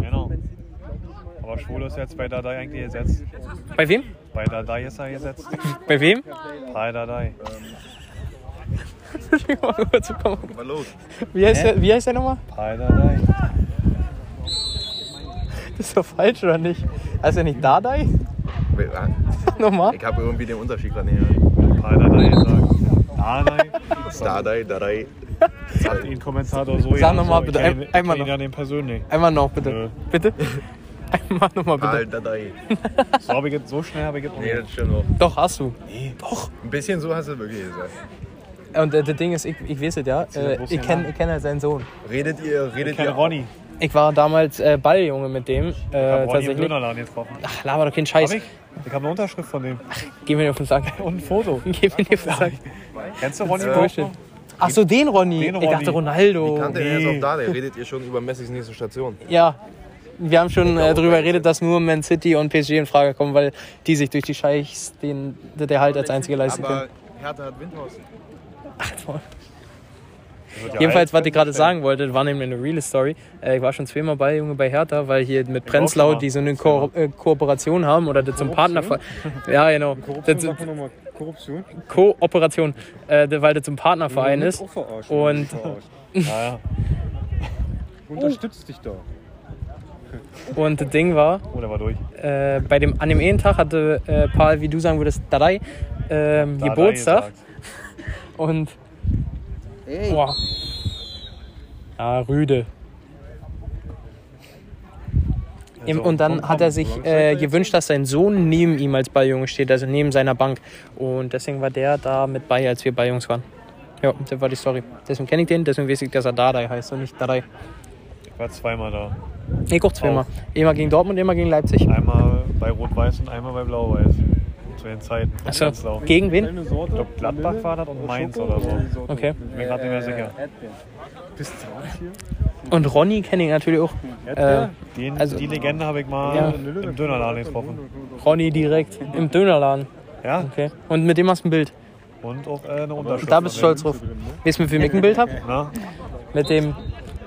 S2: Genau. Aber Schwolo ist jetzt bei Dadai eigentlich gesetzt.
S3: Bei wem?
S2: Bei Dadai ist er gesetzt.
S3: Bei wem?
S2: Bei Dadai.
S4: Was los?
S3: Wie heißt, der, wie heißt der nochmal?
S2: Bei Dadai.
S3: Das ist doch falsch, oder nicht? Heißt er nicht Dadai? Nochmal?
S4: Ich habe irgendwie den Unterschied gerade nicht.
S2: Bei Dadai sagen. Dadai.
S4: Dadai, Dadai.
S2: Sagt ihn Kommentator so.
S3: Sag noch mal
S2: so,
S3: bitte,
S2: Ich kenn ihn-
S3: ein- einmal
S2: kenn ihn
S3: noch.
S2: ja den persönlich.
S3: Einmal noch, bitte.
S2: Nö.
S3: Bitte? Einmal nochmal, bitte.
S4: Al Dadai.
S2: So, hab ich jetzt, so schnell habe ich jetzt noch
S4: Nee,
S2: nicht.
S4: das stimmt auch.
S3: Doch, hast du.
S4: Ein bisschen so hast du wirklich gesagt.
S3: Und äh, das Ding ist, ich, ich weiß es ja, äh,
S2: bloß
S3: ich
S2: den
S3: kenne kenn halt seinen Sohn.
S4: Redet ihr, redet
S2: Keine
S4: ihr.
S2: Ronny.
S3: Ich war damals äh, Balljunge mit dem, äh,
S2: Ronny im
S3: tatsächlich.
S2: Dönerladen getroffen. Hab
S3: Ach, laber doch keinen Scheiß.
S2: ich? Ich habe eine Unterschrift von dem.
S3: Geh mir nicht auf den Sack.
S2: Und ein Foto.
S3: Geh mir nicht auf den Sack.
S2: Kennst du Ronny
S3: Bullshit.
S2: Bauchner?
S3: Ach so, den Ronny.
S2: Den
S3: Ich dachte
S2: Ronny.
S3: Ronaldo.
S4: Kannte er jetzt
S2: Nee.
S4: auch Dadai? Redet ihr schon über Messis nächste Station?
S3: Ja. wir haben schon äh, darüber geredet, dass nur Man City und PSG in Frage kommen, weil die sich durch die Scheichs den der halt als einzige leisten können.
S7: Aber Hertha hat Windhausen.
S3: Jedenfalls, was ich gerade sagen wollte, war nämlich eine reale Story. Äh, ich war schon zweimal bei Junge bei Hertha, weil hier mit Prenzlau, die so eine Ko äh, Kooperation haben oder das zum Partner. Ja, genau. Das,
S1: Korruption, sag mal nochmal. Korruption?
S3: Kooperation, äh, weil das zum Partnerverein ist.
S1: Auch verarscht.
S3: Und-
S1: Verarscht. Unterstützt dich doch.
S3: Und das Ding war,
S2: Oh, der war durch.
S3: äh, bei dem, an dem einen Tag hatte äh, Paul, wie du sagen würdest, Dadai, ähm,
S2: Da hat er
S3: Geburtstag.
S2: gesagt.
S3: Und.
S6: Ey.
S3: Boah. Ja, Rüde. Im, und dann hat er sich äh, gewünscht, dass sein Sohn neben ihm als Balljunge steht, also neben seiner Bank. Und deswegen war der da mit bei, als wir Balljungs waren. Ja, das war die Story. Deswegen kenne ich den, deswegen weiß ich, dass er Dadai heißt und nicht Dadai.
S2: Ich war zweimal da.
S3: Nee, kurz zweimal. Immer gegen Dortmund, immer gegen Leipzig.
S2: Einmal bei Rot-Weiß und einmal bei Blau-Weiß. Zu den Zeiten. von
S3: Achso,
S2: Prenzlau. Ich also-
S3: gegen wen?
S1: Eine Sorte.
S2: glaube, Gladbach war das und Mainz oder so. Ich
S3: Okay.
S2: bin gerade nicht mehr sicher.
S3: Und Ronny kenne ich natürlich auch. Äh,
S2: Den,
S3: Also-
S2: die Legende habe ich mal
S3: Ja.
S2: im Dönerladen getroffen.
S3: Ronny direkt im Dönerladen.
S2: Ja,
S3: Okay. Und mit dem hast du ein Bild.
S2: und auch äh, eine Unterschrift.
S3: Da bist du stolz drauf. Weißt du, mit wem ich ein Bild habe?
S2: Na?
S3: Mit dem,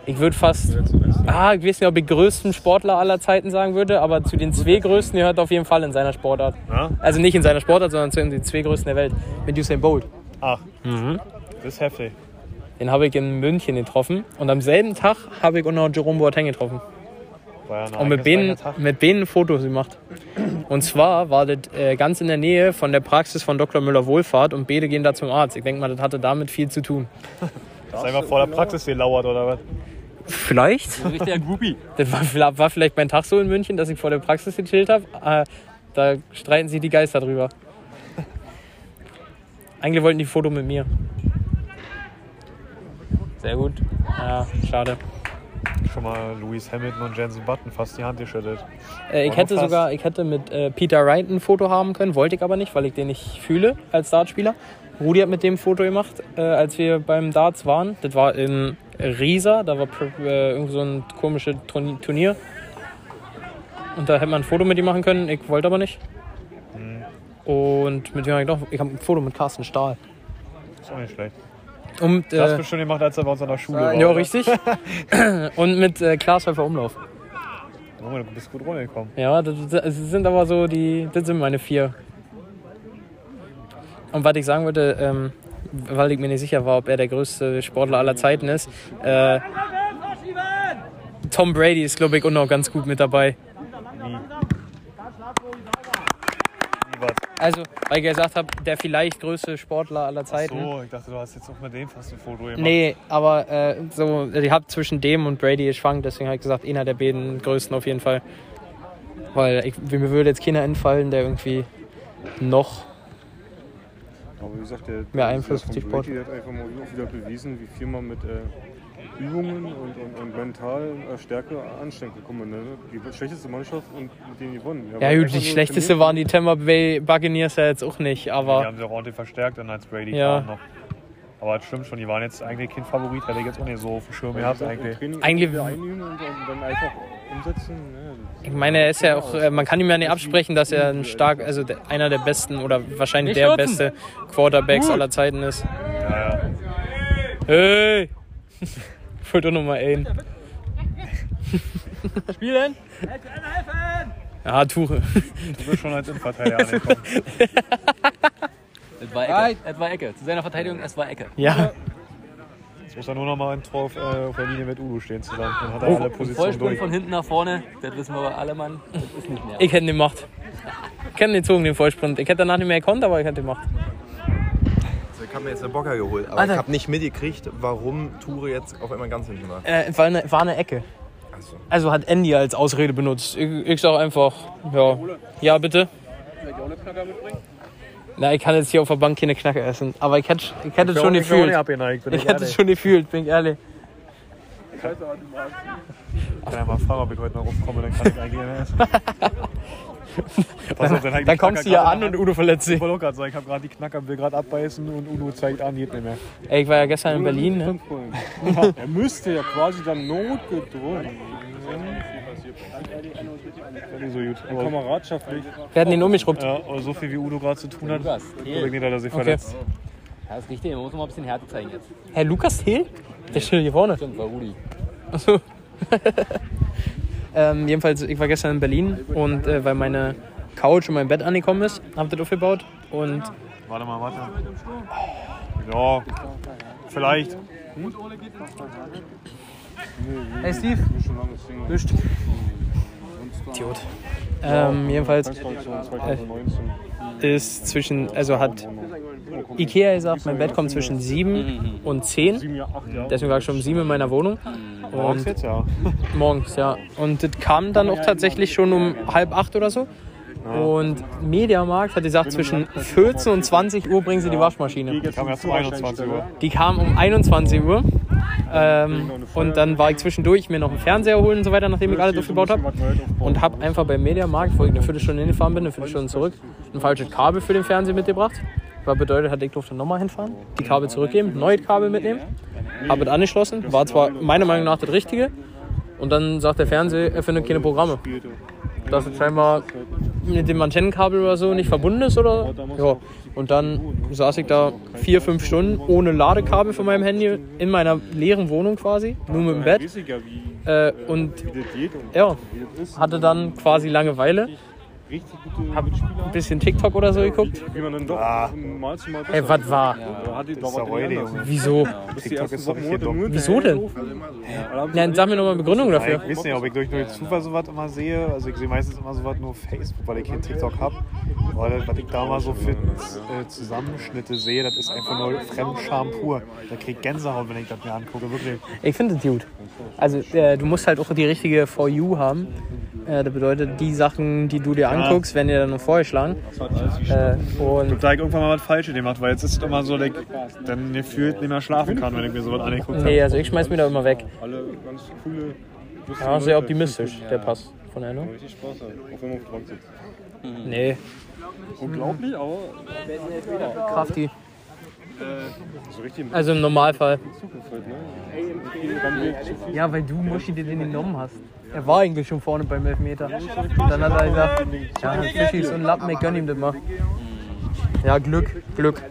S3: ich würde fast, ah, ich weiß nicht, ob ich größten Sportler aller Zeiten sagen würde, aber zu den zwei größten gehört auf jeden Fall in seiner Sportart.
S2: Na?
S3: Also nicht in seiner Sportart, sondern zu den zwei größten der Welt. Mit Usain Bolt.
S2: Ach, das ist heftig.
S3: Den habe ich in München getroffen und am selben Tag habe ich auch noch Jerome Boateng getroffen.
S2: War ja ein
S3: Und mit
S2: ereignisreicher
S3: Ben,
S2: Tag.
S3: mit Ben Fotos gemacht. Und zwar war das äh, ganz in der Nähe von der Praxis von Dr. Müller Wohlfahrt und beide gehen da zum Arzt. Ich denke mal, das hatte damit viel zu tun.
S2: Ist einfach vor der Praxis gelauert oder was?
S3: Vielleicht?
S5: Ein richtiger Groupie.
S3: Das war, vla- war vielleicht mein Tag so in München, dass ich vor der Praxis gechillt habe. Äh, da streiten sie die Geister drüber. Eigentlich wollten die ein Foto mit mir. Sehr gut. Ja, schade.
S2: Schon mal Lewis Hamilton und Jensen Button fast die Hand geschüttelt.
S3: Äh,
S2: War
S3: ich
S2: noch
S3: hätte
S2: fast.
S3: sogar, ich hätte mit äh, Peter Wright ein Foto haben können, wollte ich aber nicht, weil ich den nicht fühle als Dartspieler. Rudi hat mit dem ein Foto gemacht, äh, als wir beim Darts waren. Das war in Riesa, da war pr- äh, irgend so ein komisches Turn- Turnier. Und da hätte man ein Foto mit ihm machen können, ich wollte aber nicht.
S2: Mhm.
S3: Und mit wem habe ich noch? Ich habe ein Foto mit Carsten Stahl.
S2: Ist auch nicht schlecht.
S3: Und,
S2: Das
S3: äh,
S2: hast du schon gemacht, als er bei uns an der Schule war.
S3: ja, richtig. Und mit äh, Klaas Pfeiffer Umlauf.
S2: Junge, Oh, du bist gut runtergekommen.
S3: Ja, das, das sind aber so die, das sind meine vier. Und was ich sagen wollte, ähm, weil ich mir nicht sicher war, ob er der größte Sportler aller Zeiten ist. Äh, Tom Brady ist, glaube ich, auch noch ganz gut mit dabei.
S2: Wie war's?
S3: Also, weil ich ja gesagt habe, der vielleicht größte Sportler aller Zeiten.
S2: So, ich dachte, du hast jetzt auch mit dem fast ein Foto gemacht.
S3: Nee, aber äh, so, ich habe zwischen dem und Brady geschwankt, deswegen habe ich gesagt, einer der beiden größten auf jeden Fall. Weil ich, mir würde jetzt keiner entfallen, der irgendwie noch
S1: Aber wie gesagt, der
S3: Mehr Einfluss
S1: der
S3: auf die
S1: von
S3: Sport-
S1: Brady hat einfach mal auch wieder bewiesen, wie viel man mit äh, Übungen und, und, und mentalen äh, Stärke anstecken kann. Ne? Die schlechteste Mannschaft und mit denen gewonnen.
S3: Ja, gut, die schlechteste waren die Tampa Bay Buccaneers ja jetzt auch nicht,
S2: Die
S3: aber
S2: haben sie auch ordentlich verstärkt dann als Brady
S3: Ja.
S2: kam noch. Aber das stimmt schon, die waren jetzt eigentlich kein Favorit, hätte ich jetzt auch nicht so auf dem Schirm gehabt eigentlich.
S3: Eigentlich-
S1: Eigentlich einüben und, und dann einfach umsetzen. Ne?
S3: ich meine, er ist ja auch, äh, man kann ihm ja nicht absprechen, dass er ein stark, also der- einer der besten oder wahrscheinlich der beste Quarterbacks aller Zeiten ist.
S2: Ja, ja.
S3: Hey! Ich wollte auch nochmal ein. Spielen? Ja, Tuche.
S2: Du bist schon als Innenverteidiger angekommen.
S5: Es war Ecke. Es war Ecke. Zu seiner Verteidigung, es war Ecke.
S3: Ja,
S2: Jetzt muss er nur noch mal ein Tor auf, äh, auf der Linie mit Udo stehen zusammen. Dann hat er alle Positionen
S5: Vollsprung
S2: durch.
S5: von hinten nach vorne, das wissen wir aber alle, Mann. Das ist nicht mehr.
S3: ich hätte ihn gemacht. Ich hätte ihn gezogen, den Vollsprint. Ich hätte danach nicht mehr gekonnt, aber ich hätte ihn gemacht.
S4: Also, ich habe mir jetzt einen Bocker geholt, aber
S3: Alter.
S4: ich habe nicht mitgekriegt, warum Toure jetzt auf einmal ganz hinten war.
S3: Äh, war, eine, war eine Ecke.
S4: so.
S3: Also hat Andy als Ausrede benutzt. Ich, ich sag einfach, ja. Ja, bitte.
S6: Soll ich auch eine Knacker mitbringen?
S3: Na, ich kann jetzt hier auf der Bank keine Knacker essen. Aber ich hätte ich hätte
S2: Ich
S3: schon
S2: bin auch- ich bin auch
S3: gefühlt.
S2: nicht abgeneigt, bin
S3: Ich
S2: ich
S3: hätte es
S2: ehrlich.
S3: schon gefühlt, bin ich ehrlich.
S6: Ich weiß aber, du magst.
S2: Ich kann ja mal fragen, ob ich heute noch rumkomme, dann kann ich eigentlich essen. Pass auf, dein eigener
S3: Dann kommst du
S2: Knacker
S3: hier an
S2: gerade-
S3: und Udo verletzt
S2: Ich
S3: sich.
S2: wollte auch gerade sagen, ich habe gerade die Knacker, will gerade abbeißen und Udo zeigt an, geht nicht mehr.
S3: Ey, ich war ja gestern in Berlin, ne?
S1: er müsste ja quasi dann notgedrungen.
S2: Nicht so gut. Aber,
S1: Kameradschaftlich.
S3: Wir hatten ihn um mich rum.
S2: ja, aber so viel wie Udo gerade zu tun hat,
S5: Lukas,
S2: deswegen nicht, dass er sich verletzt.
S5: Ja, das ist richtig, man muss noch mal ein bisschen Härte zeigen jetzt.
S3: Herr Lukas Thiel? Der steht hier vorne.
S5: Stimmt, war Rudi.
S3: Ähm, jedenfalls, ich war gestern in Berlin und äh, weil meine Couch und mein Bett angekommen ist, haben wir das aufgebaut. Und
S2: Warte mal, warte. Ja, vielleicht.
S3: Hey Steve.
S2: ne?
S3: Wischt. Idiot. Ähm, jedenfalls ist zwischen, also hat Ikea gesagt, mein Bett kommt zwischen 7 und 10. Deswegen war ich schon um 7 in meiner Wohnung.
S2: Morgens
S3: Und
S2: jetzt, ja.
S3: morgens, ja. Und das kam dann auch tatsächlich schon um halb acht oder so. Und Mediamarkt hat gesagt, zwischen 14 und 20 Uhr bringen sie die Waschmaschine.
S2: Kam erst um 21 Uhr.
S3: Die kam um 21 Uhr. Ähm, und dann war ich zwischendurch mir noch einen Fernseher holen und so weiter, nachdem ich alles aufgebaut habe. Und habe einfach beim Mediamarkt, wo ich eine Viertelstunde hingefahren bin, eine Viertelstunde zurück, ein falsches Kabel für den Fernseher mitgebracht. Was bedeutet hat, ich durfte nochmal hinfahren, die Kabel zurückgeben, neues Kabel mitnehmen, habe es angeschlossen, war zwar meiner Meinung nach das Richtige. Und dann sagt der Fernseher, er findet keine Programme. Dass es scheinbar mit dem Antennenkabel oder so nicht verbunden ist oder? Ja. Und dann saß ich da vier, fünf Stunden ohne Ladekabel von meinem Handy in meiner leeren Wohnung quasi, nur mit dem Bett.
S1: Riesiger, wie
S3: Äh, und
S1: das geht und
S3: ja,
S1: wie das ist.
S3: hatte dann quasi Langeweile,
S1: richtig gute Mitspieler.
S3: ein bisschen TikTok oder so geguckt.
S1: Wie man dann doch mal zu mal
S3: Ey, was war?
S1: Da hat
S2: Ah.
S1: die
S2: Das ist doch
S1: dauert
S2: heute,
S1: länger.
S2: Junge.
S3: Wieso?
S1: Bis die
S2: TikTok
S1: ersten
S2: ist doch
S1: Wochen
S2: richtig
S1: wurde
S2: dumm.
S1: nur
S3: Wieso
S1: der
S3: denn?
S1: Hellrufen. Ja, da haben sie
S3: Nein, sag mir nochmal eine Begründung
S2: Ja, ich
S3: dafür.
S2: weiß nicht, ob ich durch, durch Zufall sowas immer sehe. Also ich sehe meistens immer sowas nur auf Facebook, weil ich kein TikTok habe. Aber das, was ich da mal so für äh, Zusammenschnitte sehe, das ist einfach nur Fremdscham pur. Da krieg ich Gänsehaut, wenn ich das mir angucke, wirklich.
S3: Ich finde es gut. Also äh, du musst halt auch die richtige For You haben. Äh, das bedeutet, die Sachen, die du dir anguckst, werden dir dann noch vorgeschlagen. Äh, und
S2: Da ich irgendwann mal was Falsches gemacht, weil jetzt ist es immer so, dass ich dann gefühlt nicht mehr schlafen kann, wenn ich mir sowas angeguckt habe.
S3: nee, also ich schmeiß mir da immer weg.
S1: alle ganz coole, lustige
S3: Ja, sehr
S1: Leute.
S3: optimistisch, der Pass von Enno.
S1: Richtig Spaß hat, auch wenn man auf Drang sitzt.
S3: Nee,
S1: Unglaublich, aber Äh,
S3: Krafti.
S1: so richtig im
S3: Also im Normalfall.
S1: Zugriff halt, ne? Dann wir zu viel
S3: Ja, weil du Moshi dir den genommen hast. Er war eigentlich schon vorne beim Elfmeter. Dann hat er gesagt, ja, Fischi ist ein Lappen, ich gönn ihm das
S1: Mhm.
S3: mal. Ja, Glück, Glück.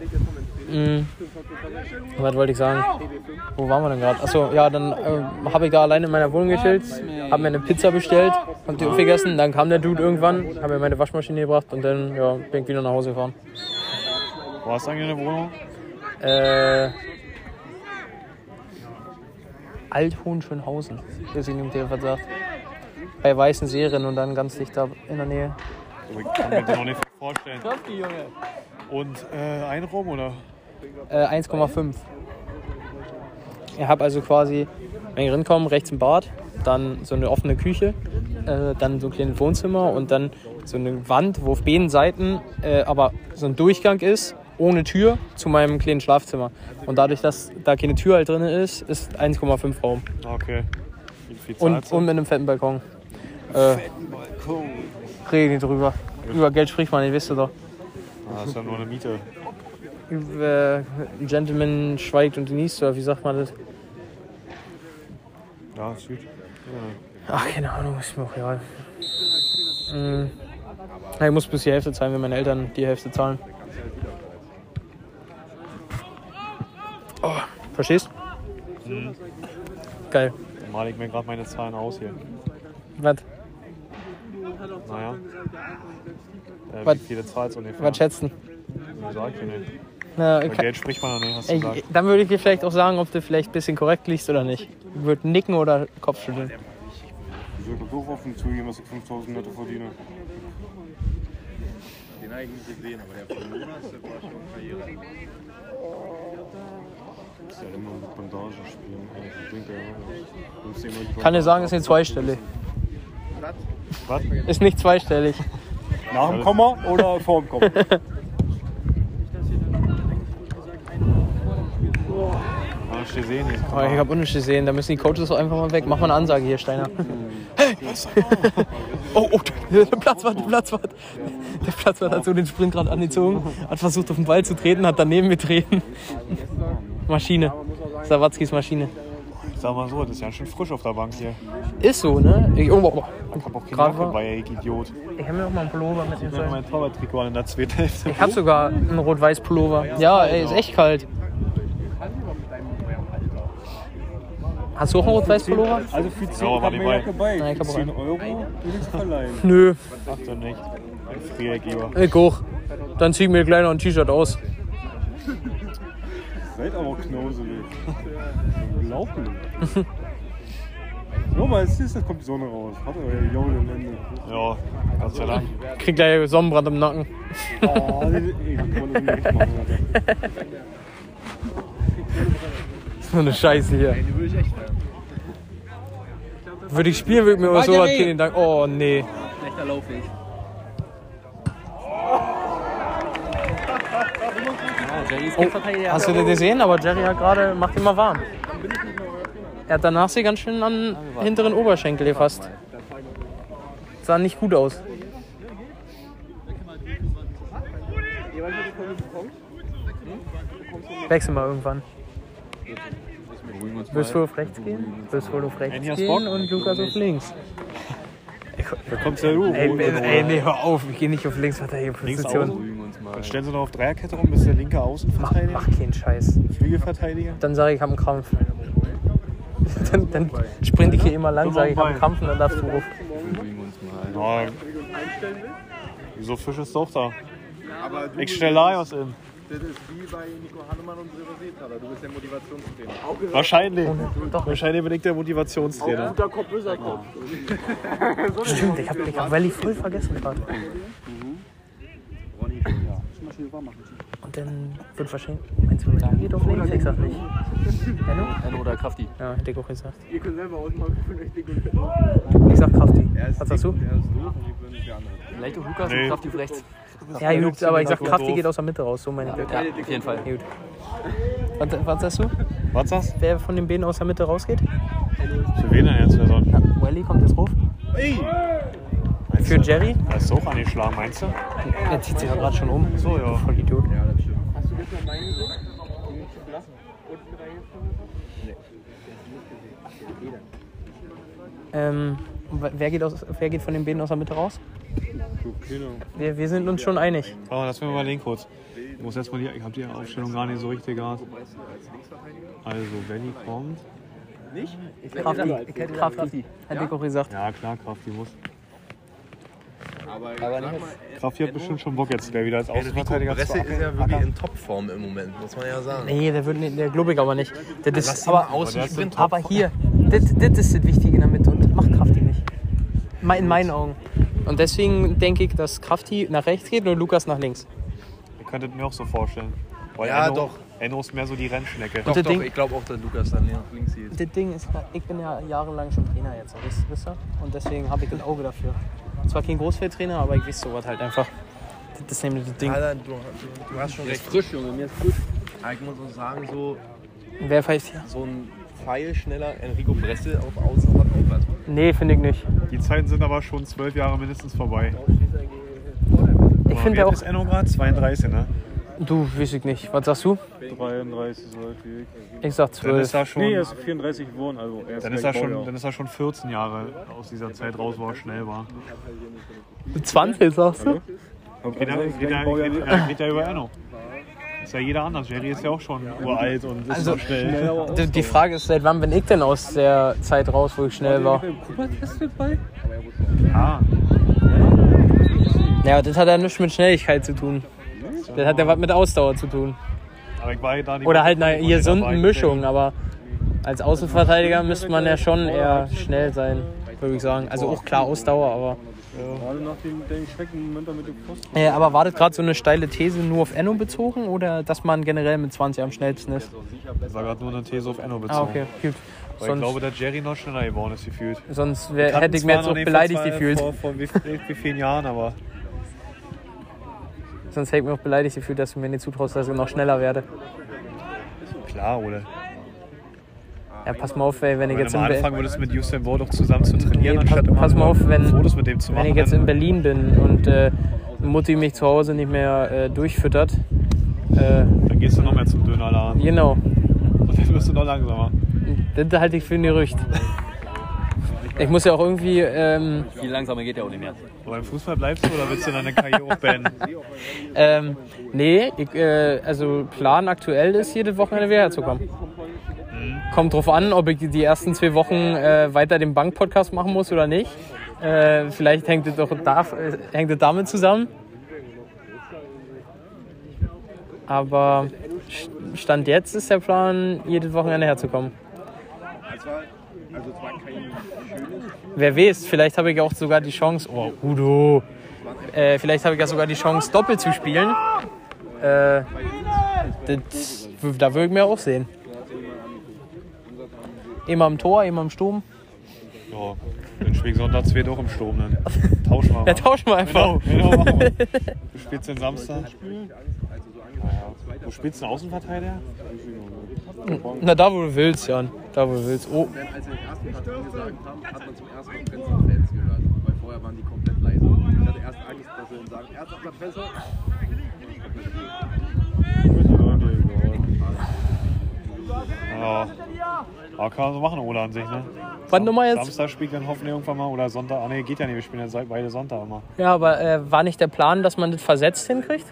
S3: Mhm. Was wollte ich sagen? Wo waren wir denn gerade? Achso, ja, dann äh, habe ich da alleine in meiner Wohnung gechillt, habe mir eine Pizza bestellt, hab die aufgegessen, dann kam der Dude irgendwann, hat mir meine Waschmaschine gebracht und dann ja, bin ich wieder nach Hause gefahren.
S2: Wo hast du eigentlich eine Wohnung?
S3: Äh. Althohenschönhausen, das ich im Telefon sagt. Bei weißen Serien und dann ganz dicht da in der Nähe.
S2: Aber Ich kann mir das noch nicht vorstellen. Und äh, ein Rum, oder?
S3: Äh, 1,5. Ich habe also quasi, wenn ich rinkomme, rechts ein Bad, dann so eine offene Küche, äh, dann so ein kleines Wohnzimmer und dann so eine Wand, wo auf beiden Seiten äh, aber so ein Durchgang ist, ohne Tür, zu meinem kleinen Schlafzimmer. Und dadurch, dass da keine Tür halt drin ist, ist 1,5 Raum.
S2: Ah, Okay. Wie viel zahlst
S3: Und,
S2: du?
S3: und mit einem fetten Balkon. Äh, Reden nicht drüber. Über Geld spricht man nicht, wisst ihr doch.
S2: Ah, ist ja nur eine Miete.
S3: Über, ein Äh, Gentleman schweigt und genießt, oder wie sagt man das?
S2: Ja, ist gut.
S3: Ach, keine Ahnung, ist mir auch egal. Mm. Ja, Ich muss bis die Hälfte zahlen, wenn meine Eltern die Hälfte zahlen. Oh, verstehst? Geil.
S2: Dann male ich mir gerade meine Zahlen aus hier.
S3: Was,
S2: Naja. Äh,
S3: Was-
S2: wie viele zahlst du ungefähr?
S3: was schätzt du?
S2: Nee, sag ich dir nicht.
S3: Na,
S2: Über
S3: ich,
S2: Geld spricht man ja nicht, hast du
S3: Ich,
S2: gesagt.
S3: dann würde ich dir vielleicht auch sagen, ob du vielleicht ein bisschen korrekt liegst oder nicht. Ich würde nicken oder Kopfschütteln.
S1: so doof auf dem zugeben, dass ich 5000 netto verdiene. Den habe ich nicht gesehen, aber der von Jonas, der war schon verjährt. Ist ja immer mit Bandagen spielen. ey, das bringt ja auch nichts. Nimmst du immer die
S3: Kann dir
S1: Bandage
S3: sagen, ist nicht zweistellig.
S2: Was?
S3: Ist nicht zweistellig.
S1: Nach dem Komma oder vor dem Komma?
S2: Ja, nicht gesehen.
S3: Aber ich habe nicht gesehen, da müssen die Coaches doch einfach mal weg. Mach mal eine Ansage hier, Steiner. Hey! Oh, oh, der Platzwart, der Platzwart. Der Platzwart hat so den Sprint gerade angezogen, hat versucht auf den Ball zu treten, hat daneben getreten. Maschine. Sawatzkis Maschine.
S2: Sag mal so, das ist ja schon frisch auf der Bank hier.
S3: Ist so, ne? Ich, oh, oh,
S2: Ich hab auch keine
S3: Gerade
S2: Jacke
S3: war-
S2: bei, ich Idiot.
S3: oh. ich habe mir auch mal einen Pullover mit
S2: Ich hab mein Torwarttrikot an in der zweiten Hälfte.
S3: Ich habe sogar einen Rot-Weiß-Pullover. Ja, ey, ist echt kalt. Hast du auch einen Rot-Weiß-Pullover?
S1: Also für 10
S2: Ja,
S1: ja,
S2: aber die
S1: kann mir
S2: Wahl.
S1: Jacke bei.
S3: Nein, ich hab auch
S1: 10
S3: einen.
S1: Euro würde ich verleihen.
S3: Nö,
S2: Ach, dann nicht. Ein Friergeber.
S3: ich hoch. Dann zieh ich mir gleich noch ein T-Shirt aus.
S1: Seid aber knauselig. Unglaublich. Nur mal, es ist, jetzt kommt die Sonne raus. Hat euer Jaul im Ende.
S2: Ja, Gott sei Dank.
S3: Krieg gleich Sonnenbrand im Nacken.
S1: Oh, nee, nee, ich wollte es nicht machen. Alter.
S3: So eine Scheiße hier. Würde ich spielen, würde ich mir über sowas gehen. Dank. Oh nee.
S6: Schlechter Laufweg.
S3: Oh, hast du das gesehen? Aber Jerry hat gerade, macht ihn mal warm. Er hat danach sie ganz schön an hinteren Oberschenkel gefasst. Sah nicht gut aus. Wechsel mal irgendwann. Willst du auf rechts gehen? Willst du auf rechts
S2: Enias
S3: gehen
S2: Bock?
S3: und Lukas auf links?
S2: Da kommt's ja du.
S3: Ey, ey,
S2: Dann
S3: nee, hör auf, ich gehe nicht auf links, was da hier Position.
S2: stellen sie noch auf Dreierkette rum, bis der linke
S3: Mach,
S2: Außenverteidiger,
S3: mach keinen Scheiß.
S2: Flügelverteidiger.
S3: Dann sage ich, ich habe einen Krampf. Dann, dann sprinte ich hier immer lang, sage ich, ich habe einen Krampf und dann darfst du rufen.
S2: Ja. Ah, Wieso Fisch ist doch da? Ich stelle Laios in.
S7: Das ist wie bei Nico Hannemann und Silber Seethaler. Du bist der Motivationstrainer.
S2: Wahrscheinlich.
S3: Doch,
S2: Wahrscheinlich bin ich der Motivationstrainer.
S6: Guter Kopf, böser Kopf.
S3: stimmt, ich habe ich hab Valley voll vergessen gerade. Und dann wird wahrscheinlich, meinst du, dann geht auf links? Ich sag nicht. Benno?
S5: Oder Krafti.
S3: Ja, hätte ich auch gesagt.
S6: Ihr könnt selber ausmachen, wenn euch die gut
S3: Ich sag Krafti. Was sagst du?
S7: Er ist doof und ich bin nicht der andere.
S5: Vielleicht auch Lukas
S2: Nee.
S5: und Krafti auf rechts.
S3: Ja, gut, aber ich sag
S2: doof.
S3: Krafti geht aus der Mitte raus, so meine ich.
S5: Ja, auf jeden Fall.
S3: Gut. Was, was sagst du?
S2: Was sagst
S3: Wer von den beiden aus der Mitte rausgeht?
S2: du? Für wen denn jetzt der Sonn?
S3: Welly kommt jetzt rauf. Für Jerry?
S2: Da ist auch angeschlagen, meinst du?
S3: Der zieht sich ja gerade schon um.
S2: So, ja.
S3: Voll Idiot. Ähm, und wer geht, aus, wer geht von den beiden aus der Mitte raus? Wir, wir sind uns schon einig.
S2: Warte mal, lass mich mal überlegen kurz. Ich muss erst mal die, ich hab die Aufstellung gar nicht so richtig gehabt. Also, Benny kommt.
S3: Krafti. Ich hätte Krafti. Hätte ich auch gesagt.
S2: Ja, klar, Kraft, die muss. Kraft, die hat bestimmt schon Bock jetzt gleich wieder als Außenverteidiger zu
S4: Bresse ist
S2: ackern.
S4: ja wirklich in Topform im Moment, muss man ja sagen.
S3: Nee, der, wird nicht- der glaube ich aber nicht. Das ist,
S4: Lass ihn
S3: aber
S4: mal außen
S2: der ist
S4: sprinten.
S3: Aber hier, das, das ist das Wichtige in der Mitte und macht Krafti nicht. Me- In meinen Augen. Und deswegen denke ich, dass Krafti nach rechts geht und Lukas nach links.
S2: Ihr könntet mir auch so vorstellen. Weil
S4: Ja,
S2: Enno,
S4: doch.
S2: Enno ist mehr so die Rennschnecke.
S4: Doch,
S3: das
S4: doch,
S3: Ding-
S4: ich glaube auch, dass Lukas dann hier nach links geht.
S3: Das Ding ist, ich bin ja jahrelang schon Trainer jetzt, wisst, wisst ihr? Und deswegen habe ich das Auge dafür. Zwar kein Großfeldtrainer, aber ich weiß sowas halt einfach. Das ist nämlich das Ding.
S4: Alter, du, du hast schon recht.
S6: Frisch, Junge, mir ist frisch.
S4: Aber Ich muss auch sagen, so,
S3: Wer pfeift hier?
S4: so ein pfeilschneller Enrico Bresse auf Außen hat auch
S7: also
S4: was.
S3: Nee, finde ich nicht.
S2: Die Zeiten sind aber schon zwölf Jahre mindestens vorbei.
S3: Ich
S2: Wie
S3: finde
S2: alt
S3: auch.
S2: ist Enno gerade? 32, ne?
S3: Du, weiß ich nicht. Was sagst du?
S1: 33 ist halt die-
S3: Ich sag
S2: Dann ist
S3: 12.
S2: er
S1: Nee, er
S2: schon,
S1: ist 34 geworden, also er ist
S2: dann ist er
S1: gleich
S2: schon,
S1: Baujahr.
S2: dann ist er schon 14 Jahre aus dieser Zeit raus, wo er schnell war.
S3: 20 sagst du?
S1: Aber
S2: Geht ja,
S1: also,
S2: geht ja,
S1: Baujahr-
S2: geht ja, geht ja über Enno. Ist ja jeder anders. Jerry ist ja auch schon uralt und ist
S3: Also
S2: so schnell.
S3: Die, die Frage ist, seit wann bin ich denn aus der Zeit raus, wo ich schnell war?
S2: Ah,
S3: Ja, das hat ja nichts mit Schnelligkeit zu tun. Das hat ja was mit Ausdauer zu tun.
S2: aber ich war ja da nicht
S3: Oder halt eine
S2: ich war nicht dabei.
S3: gesunden Mischung, aber als Außenverteidiger müsste man ja schon eher schnell sein, würde ich sagen. Also auch klar Ausdauer, aber.
S1: Gerade nach dem, dem schreckenden Moment da mit dem Pfosten.
S3: Äh, aber war das gerade so eine steile These nur auf Enno bezogen oder dass man generell mit 20 am schnellsten ist?
S2: Das war gerade nur eine These auf Enno bezogen.
S3: Ah, okay,
S2: Weil
S3: gut.
S2: ich glaube,
S3: Sonst,
S2: dass Jerry noch schneller geworden ist gefühlt.
S3: sonst wär, hätte ich mir jetzt auch beleidigt gefühlt.
S2: Vor, vor wie, viel- wie vielen Jahren, aber
S3: Sonst hätte ich mir auch beleidigt gefühlt, dass du mir nicht zutraust, dass ich noch schneller werde.
S2: klar, oder?
S3: Ja, pass mal auf, ey, wenn ich
S2: Wenn
S3: jetzt
S2: du
S3: im
S2: mal
S3: Be
S2: anfangen würdest, mit Usain Bolt auch zusammen zu trainieren,
S3: Nee, pass-
S2: anstatt immer
S3: pass mal
S2: nur
S3: auf, wenn-
S2: Fotos mit dem zu machen.
S3: wenn ich jetzt
S2: dann-
S3: in Berlin bin und äh, Mutti mich zu Hause nicht mehr äh, durchfüttert, äh,
S2: Dann gehst du noch mehr zum Dönerladen.
S3: genau,
S2: Dann wirst du noch langsamer.
S3: das halte ich für ein Gerücht. Ich muss ja auch irgendwie, ähm,
S5: Viel langsamer geht ja auch nicht mehr.
S2: Aber im Fußball bleibst du oder willst du deine Karriere auch beenden?
S3: ähm, nee, ich, äh, also Plan aktuell ist, jedes Wochenende wieder herzukommen. Kommt drauf an, ob ich die ersten zwei Wochen äh, weiter den Bank-Podcast machen muss oder nicht. Äh, vielleicht hängt es doch da, äh, hängt es damit zusammen. Aber Sch- Stand jetzt ist der Plan, jedes Wochenende herzukommen. Wer weiß, vielleicht habe ich auch sogar die Chance, oh Udo, äh, vielleicht habe ich ja sogar die Chance, doppelt zu spielen. Äh, das, da würde ich mir auch sehen. Immer am Tor, immer am Sturm.
S2: Ja, dann schwingen sonntags wir doch im Sturm. Dann tausch mal.
S3: Ja, tauschen wir einfach.
S2: Genau, genau, machen wir. Du spielst den Samstag. Naja. Wo spielst du einen Außenverteidiger?
S3: Na, da wo du willst, Jan. Da wo du willst. Oh,
S7: Als wir den ersten Part gesagt haben, hat man zum ersten Mal Fans und Fans gehört. Weil vorher waren die komplett leise. Ich hatte erst Angst, dass sie dann sagen, erst auf der Fresse.
S2: Ja. Aber kann man so machen, oder an sich, ne?
S3: wann nochmal jetzt?
S2: Samstag spielt dann hoffentlich irgendwann mal oder Sonntag. Ah, ne, geht ja nicht. Wir spielen ja seit- beide Sonntag immer.
S3: Ja, aber äh, war nicht der Plan, dass man das versetzt hinkriegt?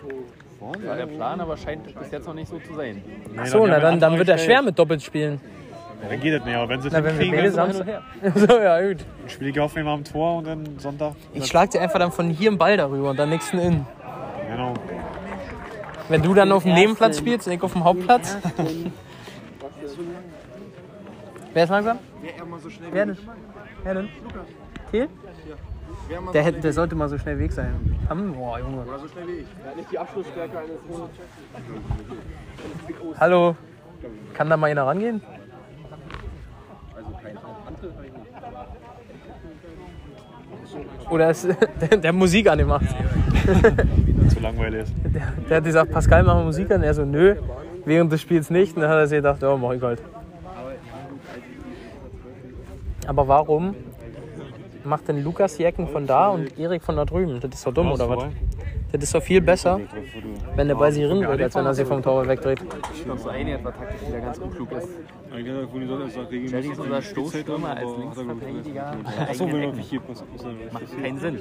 S5: War der Plan, aber scheint bis jetzt noch nicht so zu sein.
S2: Nee,
S3: So, na dann, dann wird
S2: er
S3: das schwer mit Doppelspielen.
S2: Dann geht das nicht. Aber wenn sie es
S3: Na, wenn wir
S2: hinkriegen,
S3: beide
S2: dann
S3: Samstag. So, ja, gut.
S2: spiele ich auf jeden Fall am Tor und dann Sonntag.
S3: Ich schlag dir einfach dann von hier einen Ball darüber und dann nächsten in.
S2: Genau.
S3: Wenn du dann auf dem Nebenplatz spielst und ich auf dem Hauptplatz. Wer ist langsam? Wer denn? Wer denn? Thiel? Der, hätte, der sollte mal so schnell weg sein. Am, boah, Junge. Hallo. Kann da mal einer rangehen? Oder ist der, der hat Musik angemacht?
S2: Zu langweilig ist.
S3: Der hat gesagt, Pascal, machen wir Musik an. Er so, nö, während des Spiels nicht. Und dann hat er sich gedacht, ja, mach ich halt. Aber warum macht denn Lukas die Ecken von da und Erik von da drüben? Das ist doch dumm, oder was? Das ist doch viel besser, wenn der Ball sie rinnt, als wenn er sie vom Tor wegdreht.
S5: Ich glaube, so eine etwa taktisch, die da ganz unklug ist. Jellings ist unser Stoßstürmer als Linksverteidiger.
S1: Achso,
S5: Eigene
S1: wenn man
S5: Ecken.
S1: hier passt, muss man-
S5: Macht keinen Sinn.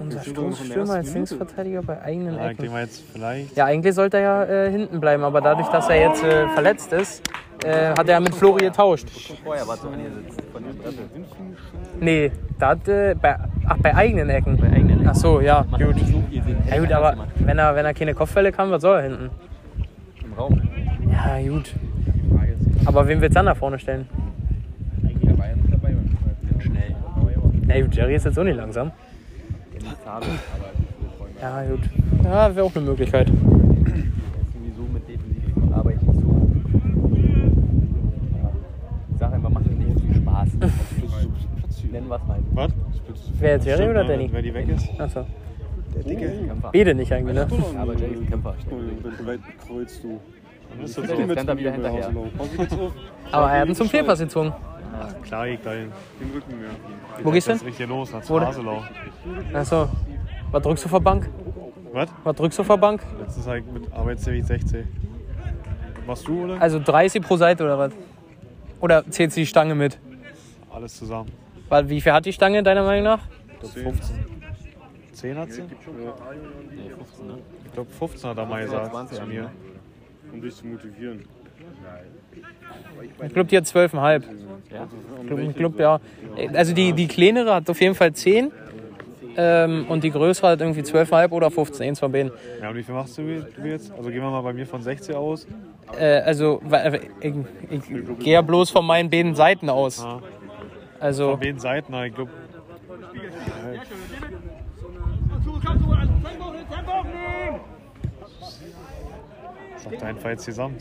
S3: Unser Stoßstürmer als Linksverteidiger bei eigenen
S2: Ja, ich denke
S3: Ecken.
S2: mal jetzt vielleicht.
S3: Ja, eigentlich sollte er ja äh, hinten bleiben, aber dadurch, dass er jetzt äh, verletzt ist, äh, hat er mit Flori getauscht.
S5: Vorher war es so angesetzt von dem Treppe.
S3: Nee, da hat, äh, bei, ach, bei eigenen Ecken. Bei
S5: eigenen Ecken.
S3: Ach so, ja,
S5: Macht
S3: gut.
S5: nicht so viel Sinn.
S3: Ja, gut,
S5: Hätte
S3: aber
S5: anders gemacht.
S3: wenn er, wenn er keine Kopfwelle kann, was soll er hinten?
S5: Im Raum.
S3: Ja, gut. Aber wen willst du dann da vorne stellen?
S5: Schnell.
S3: Na gut, Jerry ist jetzt auch nicht langsam.
S5: Zabel.
S3: Ja, gut. Ja, wäre auch eine Möglichkeit.
S5: Sowieso mit defensiv arbeite ich so. Ich sag einfach, macht nicht so viel Spaß. Nennen wir es mal.
S2: Was?
S3: Wäre jetzt Jerry oder Danny?
S2: Wenn die weg ist.
S3: Achso.
S5: Kämpfer.
S3: Bede nicht eigentlich, ne?
S5: Aber Jay ist ein Kämpfer.
S1: Wie weit kreuzt du?
S2: Dann ist das
S5: Der
S2: so.
S5: rennt da wieder hinterher.
S1: Pass jetzt auf,
S3: Aber er hat ihn zum Fehlpass gezogen.
S2: Klar, ich dahin.
S1: den Rücken mehr.
S3: Wo gehst du
S2: Jetzt
S3: hin?
S2: richtig los, nach
S3: Wo denn?
S2: Haselau.
S3: Achso. Was drückst du vor Bank?
S2: Was?
S3: Was drückst du vor Bank?
S2: Letztens halt mit Arbeitsweg 60. Was machst du, oder?
S3: Also 30 pro Seite oder was? Oder zählt sie die Stange mit?
S2: Alles zusammen.
S3: Weil, Wie viel hat die Stange deiner Meinung nach?
S2: Ich glaub, 15. 10 hat sie? Ich glaube 15 hat er mal gesagt zu mir.
S1: Um dich zu motivieren.
S3: Ich glaube, die hat 12,5. Ja?
S2: Um
S3: Ich glaube, ja. Also die, die kleinere hat auf jeden Fall 10 ähm, und die größere hat irgendwie 12,5 oder 15, eins von beiden.
S2: Ja, und wie viel machst du du jetzt? Also gehen wir mal bei mir von 60 aus.
S3: Äh, also wa- ich, ich gehe ja bloß von meinen beiden Seiten aus.
S2: Ja.
S3: Also
S2: Von beiden Seiten, ich glaube. Sag dein Fall zusammen.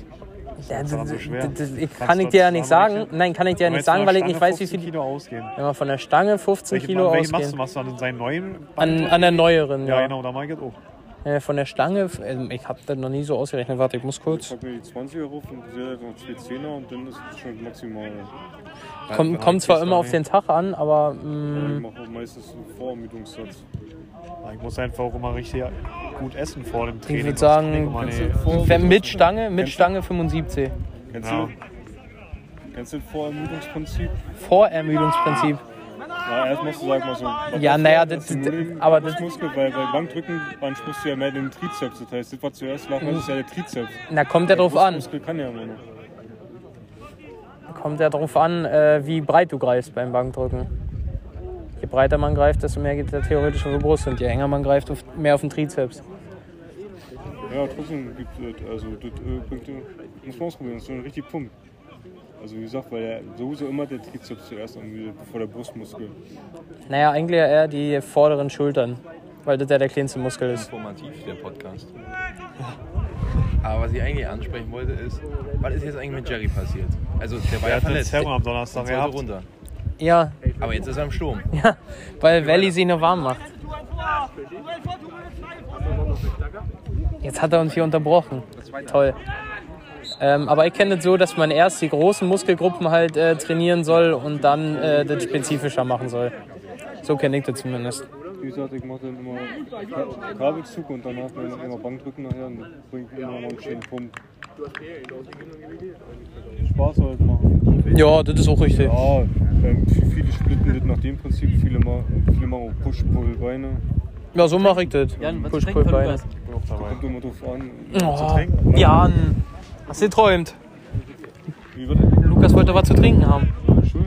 S3: ja,
S2: war so schwer.
S3: d- d- ich kann
S2: Kannst
S3: ich
S2: du
S3: dir ja
S2: das
S3: nicht
S2: zusammenrechnen?
S3: sagen. Nein, kann ich dir ja nicht sagen, weil ich nicht weiß, wie viel.
S2: Kilo ausgehen.
S3: Wenn wir von der Stange 15
S2: Welche,
S3: Kilo
S2: welche machst du?
S3: ausgehen.
S2: Machst du an seinen neuen?
S3: An, an der neueren,
S2: Ja,
S3: ja.
S2: genau, da mach ich jetzt auch.
S3: äh, von der Stange, also ich habe das noch nie so ausgerechnet, warte, ich muss kurz.
S1: Pack mir die 20er rauf und sehe einfach zwei Zehner und dann ist es schon maximal.
S3: Komm,
S2: genau.
S3: kommt zwar immer auf den Tag an, aber mm,
S1: Ich
S3: mh,
S1: mache auch meistens einen Vorermüdungssatz.
S2: Ich muss einfach auch immer richtig gut essen vor dem Training.
S3: ich würde
S2: sonst kriegt
S3: sagen,
S2: man, ey.
S3: wenn mit Stange, mit Stange 75.
S1: Kennst
S2: Ja.
S1: du? Kennst du das Vorermüdungsprinzip?
S3: Vorermüdungsprinzip.
S1: Na, erst musst du sagen mal so. was
S3: Ja,
S1: ist
S3: naja,
S1: das
S3: das-
S1: denn nur den
S3: aber das-
S1: Muskel, weil bei Bankdrücken beanspruchst du ja mehr den Trizeps. Das heißt, das, was zuerst lag, das ist ja der Trizeps.
S3: Na, kommt ja drauf an.
S1: Muskel kann ja immer noch.
S3: Kommt ja drauf an, äh, wie breit du greifst beim Bankdrücken. Je breiter man greift, desto mehr geht der theoretisch auf die Brust und je enger man greift, auf- mehr auf den Trizeps.
S1: Ja, trotzdem gibt es, also das äh, bringt, äh, muss man ausprobieren, das ist so ein richtig Pump. Also wie gesagt, weil der, sowieso immer der Trizeps zuerst ermüdet, bevor der Brustmuskel.
S3: Naja, eigentlich ja eher die vorderen Schultern, weil das ja der kleinste Muskel ist.
S7: informativ, der Podcast. Aber was ich eigentlich ansprechen wollte ist, was ist jetzt eigentlich mit Jerry passiert? Also der war ja
S2: Er hat eine
S7: verletzt.
S2: Zerrung am Donnerstag
S7: Sollte
S2: gehabt.
S7: runter.
S3: Ja,
S7: Aber jetzt ist er im Sturm.
S3: ja, weil Valley sie nur warm macht. Jetzt hat er uns hier unterbrochen. Toll. Ähm, aber ich kenne das so, dass man erst die großen Muskelgruppen halt äh, trainieren soll und dann äh, das spezifischer machen soll. So kenne ich das zumindest.
S1: Wie gesagt, ich mache dann immer Ka- Kabelzug und danach dann immer Bankdrücken nachher und das bringt immer noch einen schönen Pump. Spaß halt machen.
S3: Ja, das ist auch richtig.
S1: Ja, ähm, viele splitten das nach dem Prinzip, viele mal, viele mal auch Push-Pull-Beine.
S3: Ja, so mache ich das.
S5: Jan, was
S3: Push,
S5: trinkt
S3: pull,
S5: er,
S3: Beine.
S5: Lukas?
S1: Kommt immer drauf an.
S3: Oh, Jan, hast du geträumt?
S1: Wie wird das?
S3: Lukas wollte was zu trinken haben.
S1: Schön.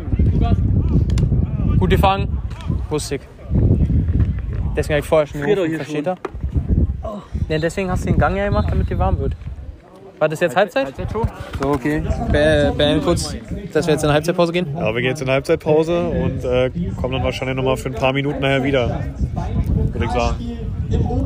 S3: Gut gefangen. Wusste ich. Deswegen habe ich vorher schon
S5: Friert doch
S3: gerufen,
S5: hier
S3: versteht er? Ja, deswegen hast du den Gang ja gemacht, damit dir warm wird. War das jetzt Halbzeit? So, okay. Be beenden kurz, dass wir jetzt in eine Halbzeitpause gehen.
S2: Ja, wir gehen jetzt in Halbzeitpause und äh, kommen dann wahrscheinlich nochmal für ein paar Minuten nachher wieder. Würde ich sagen.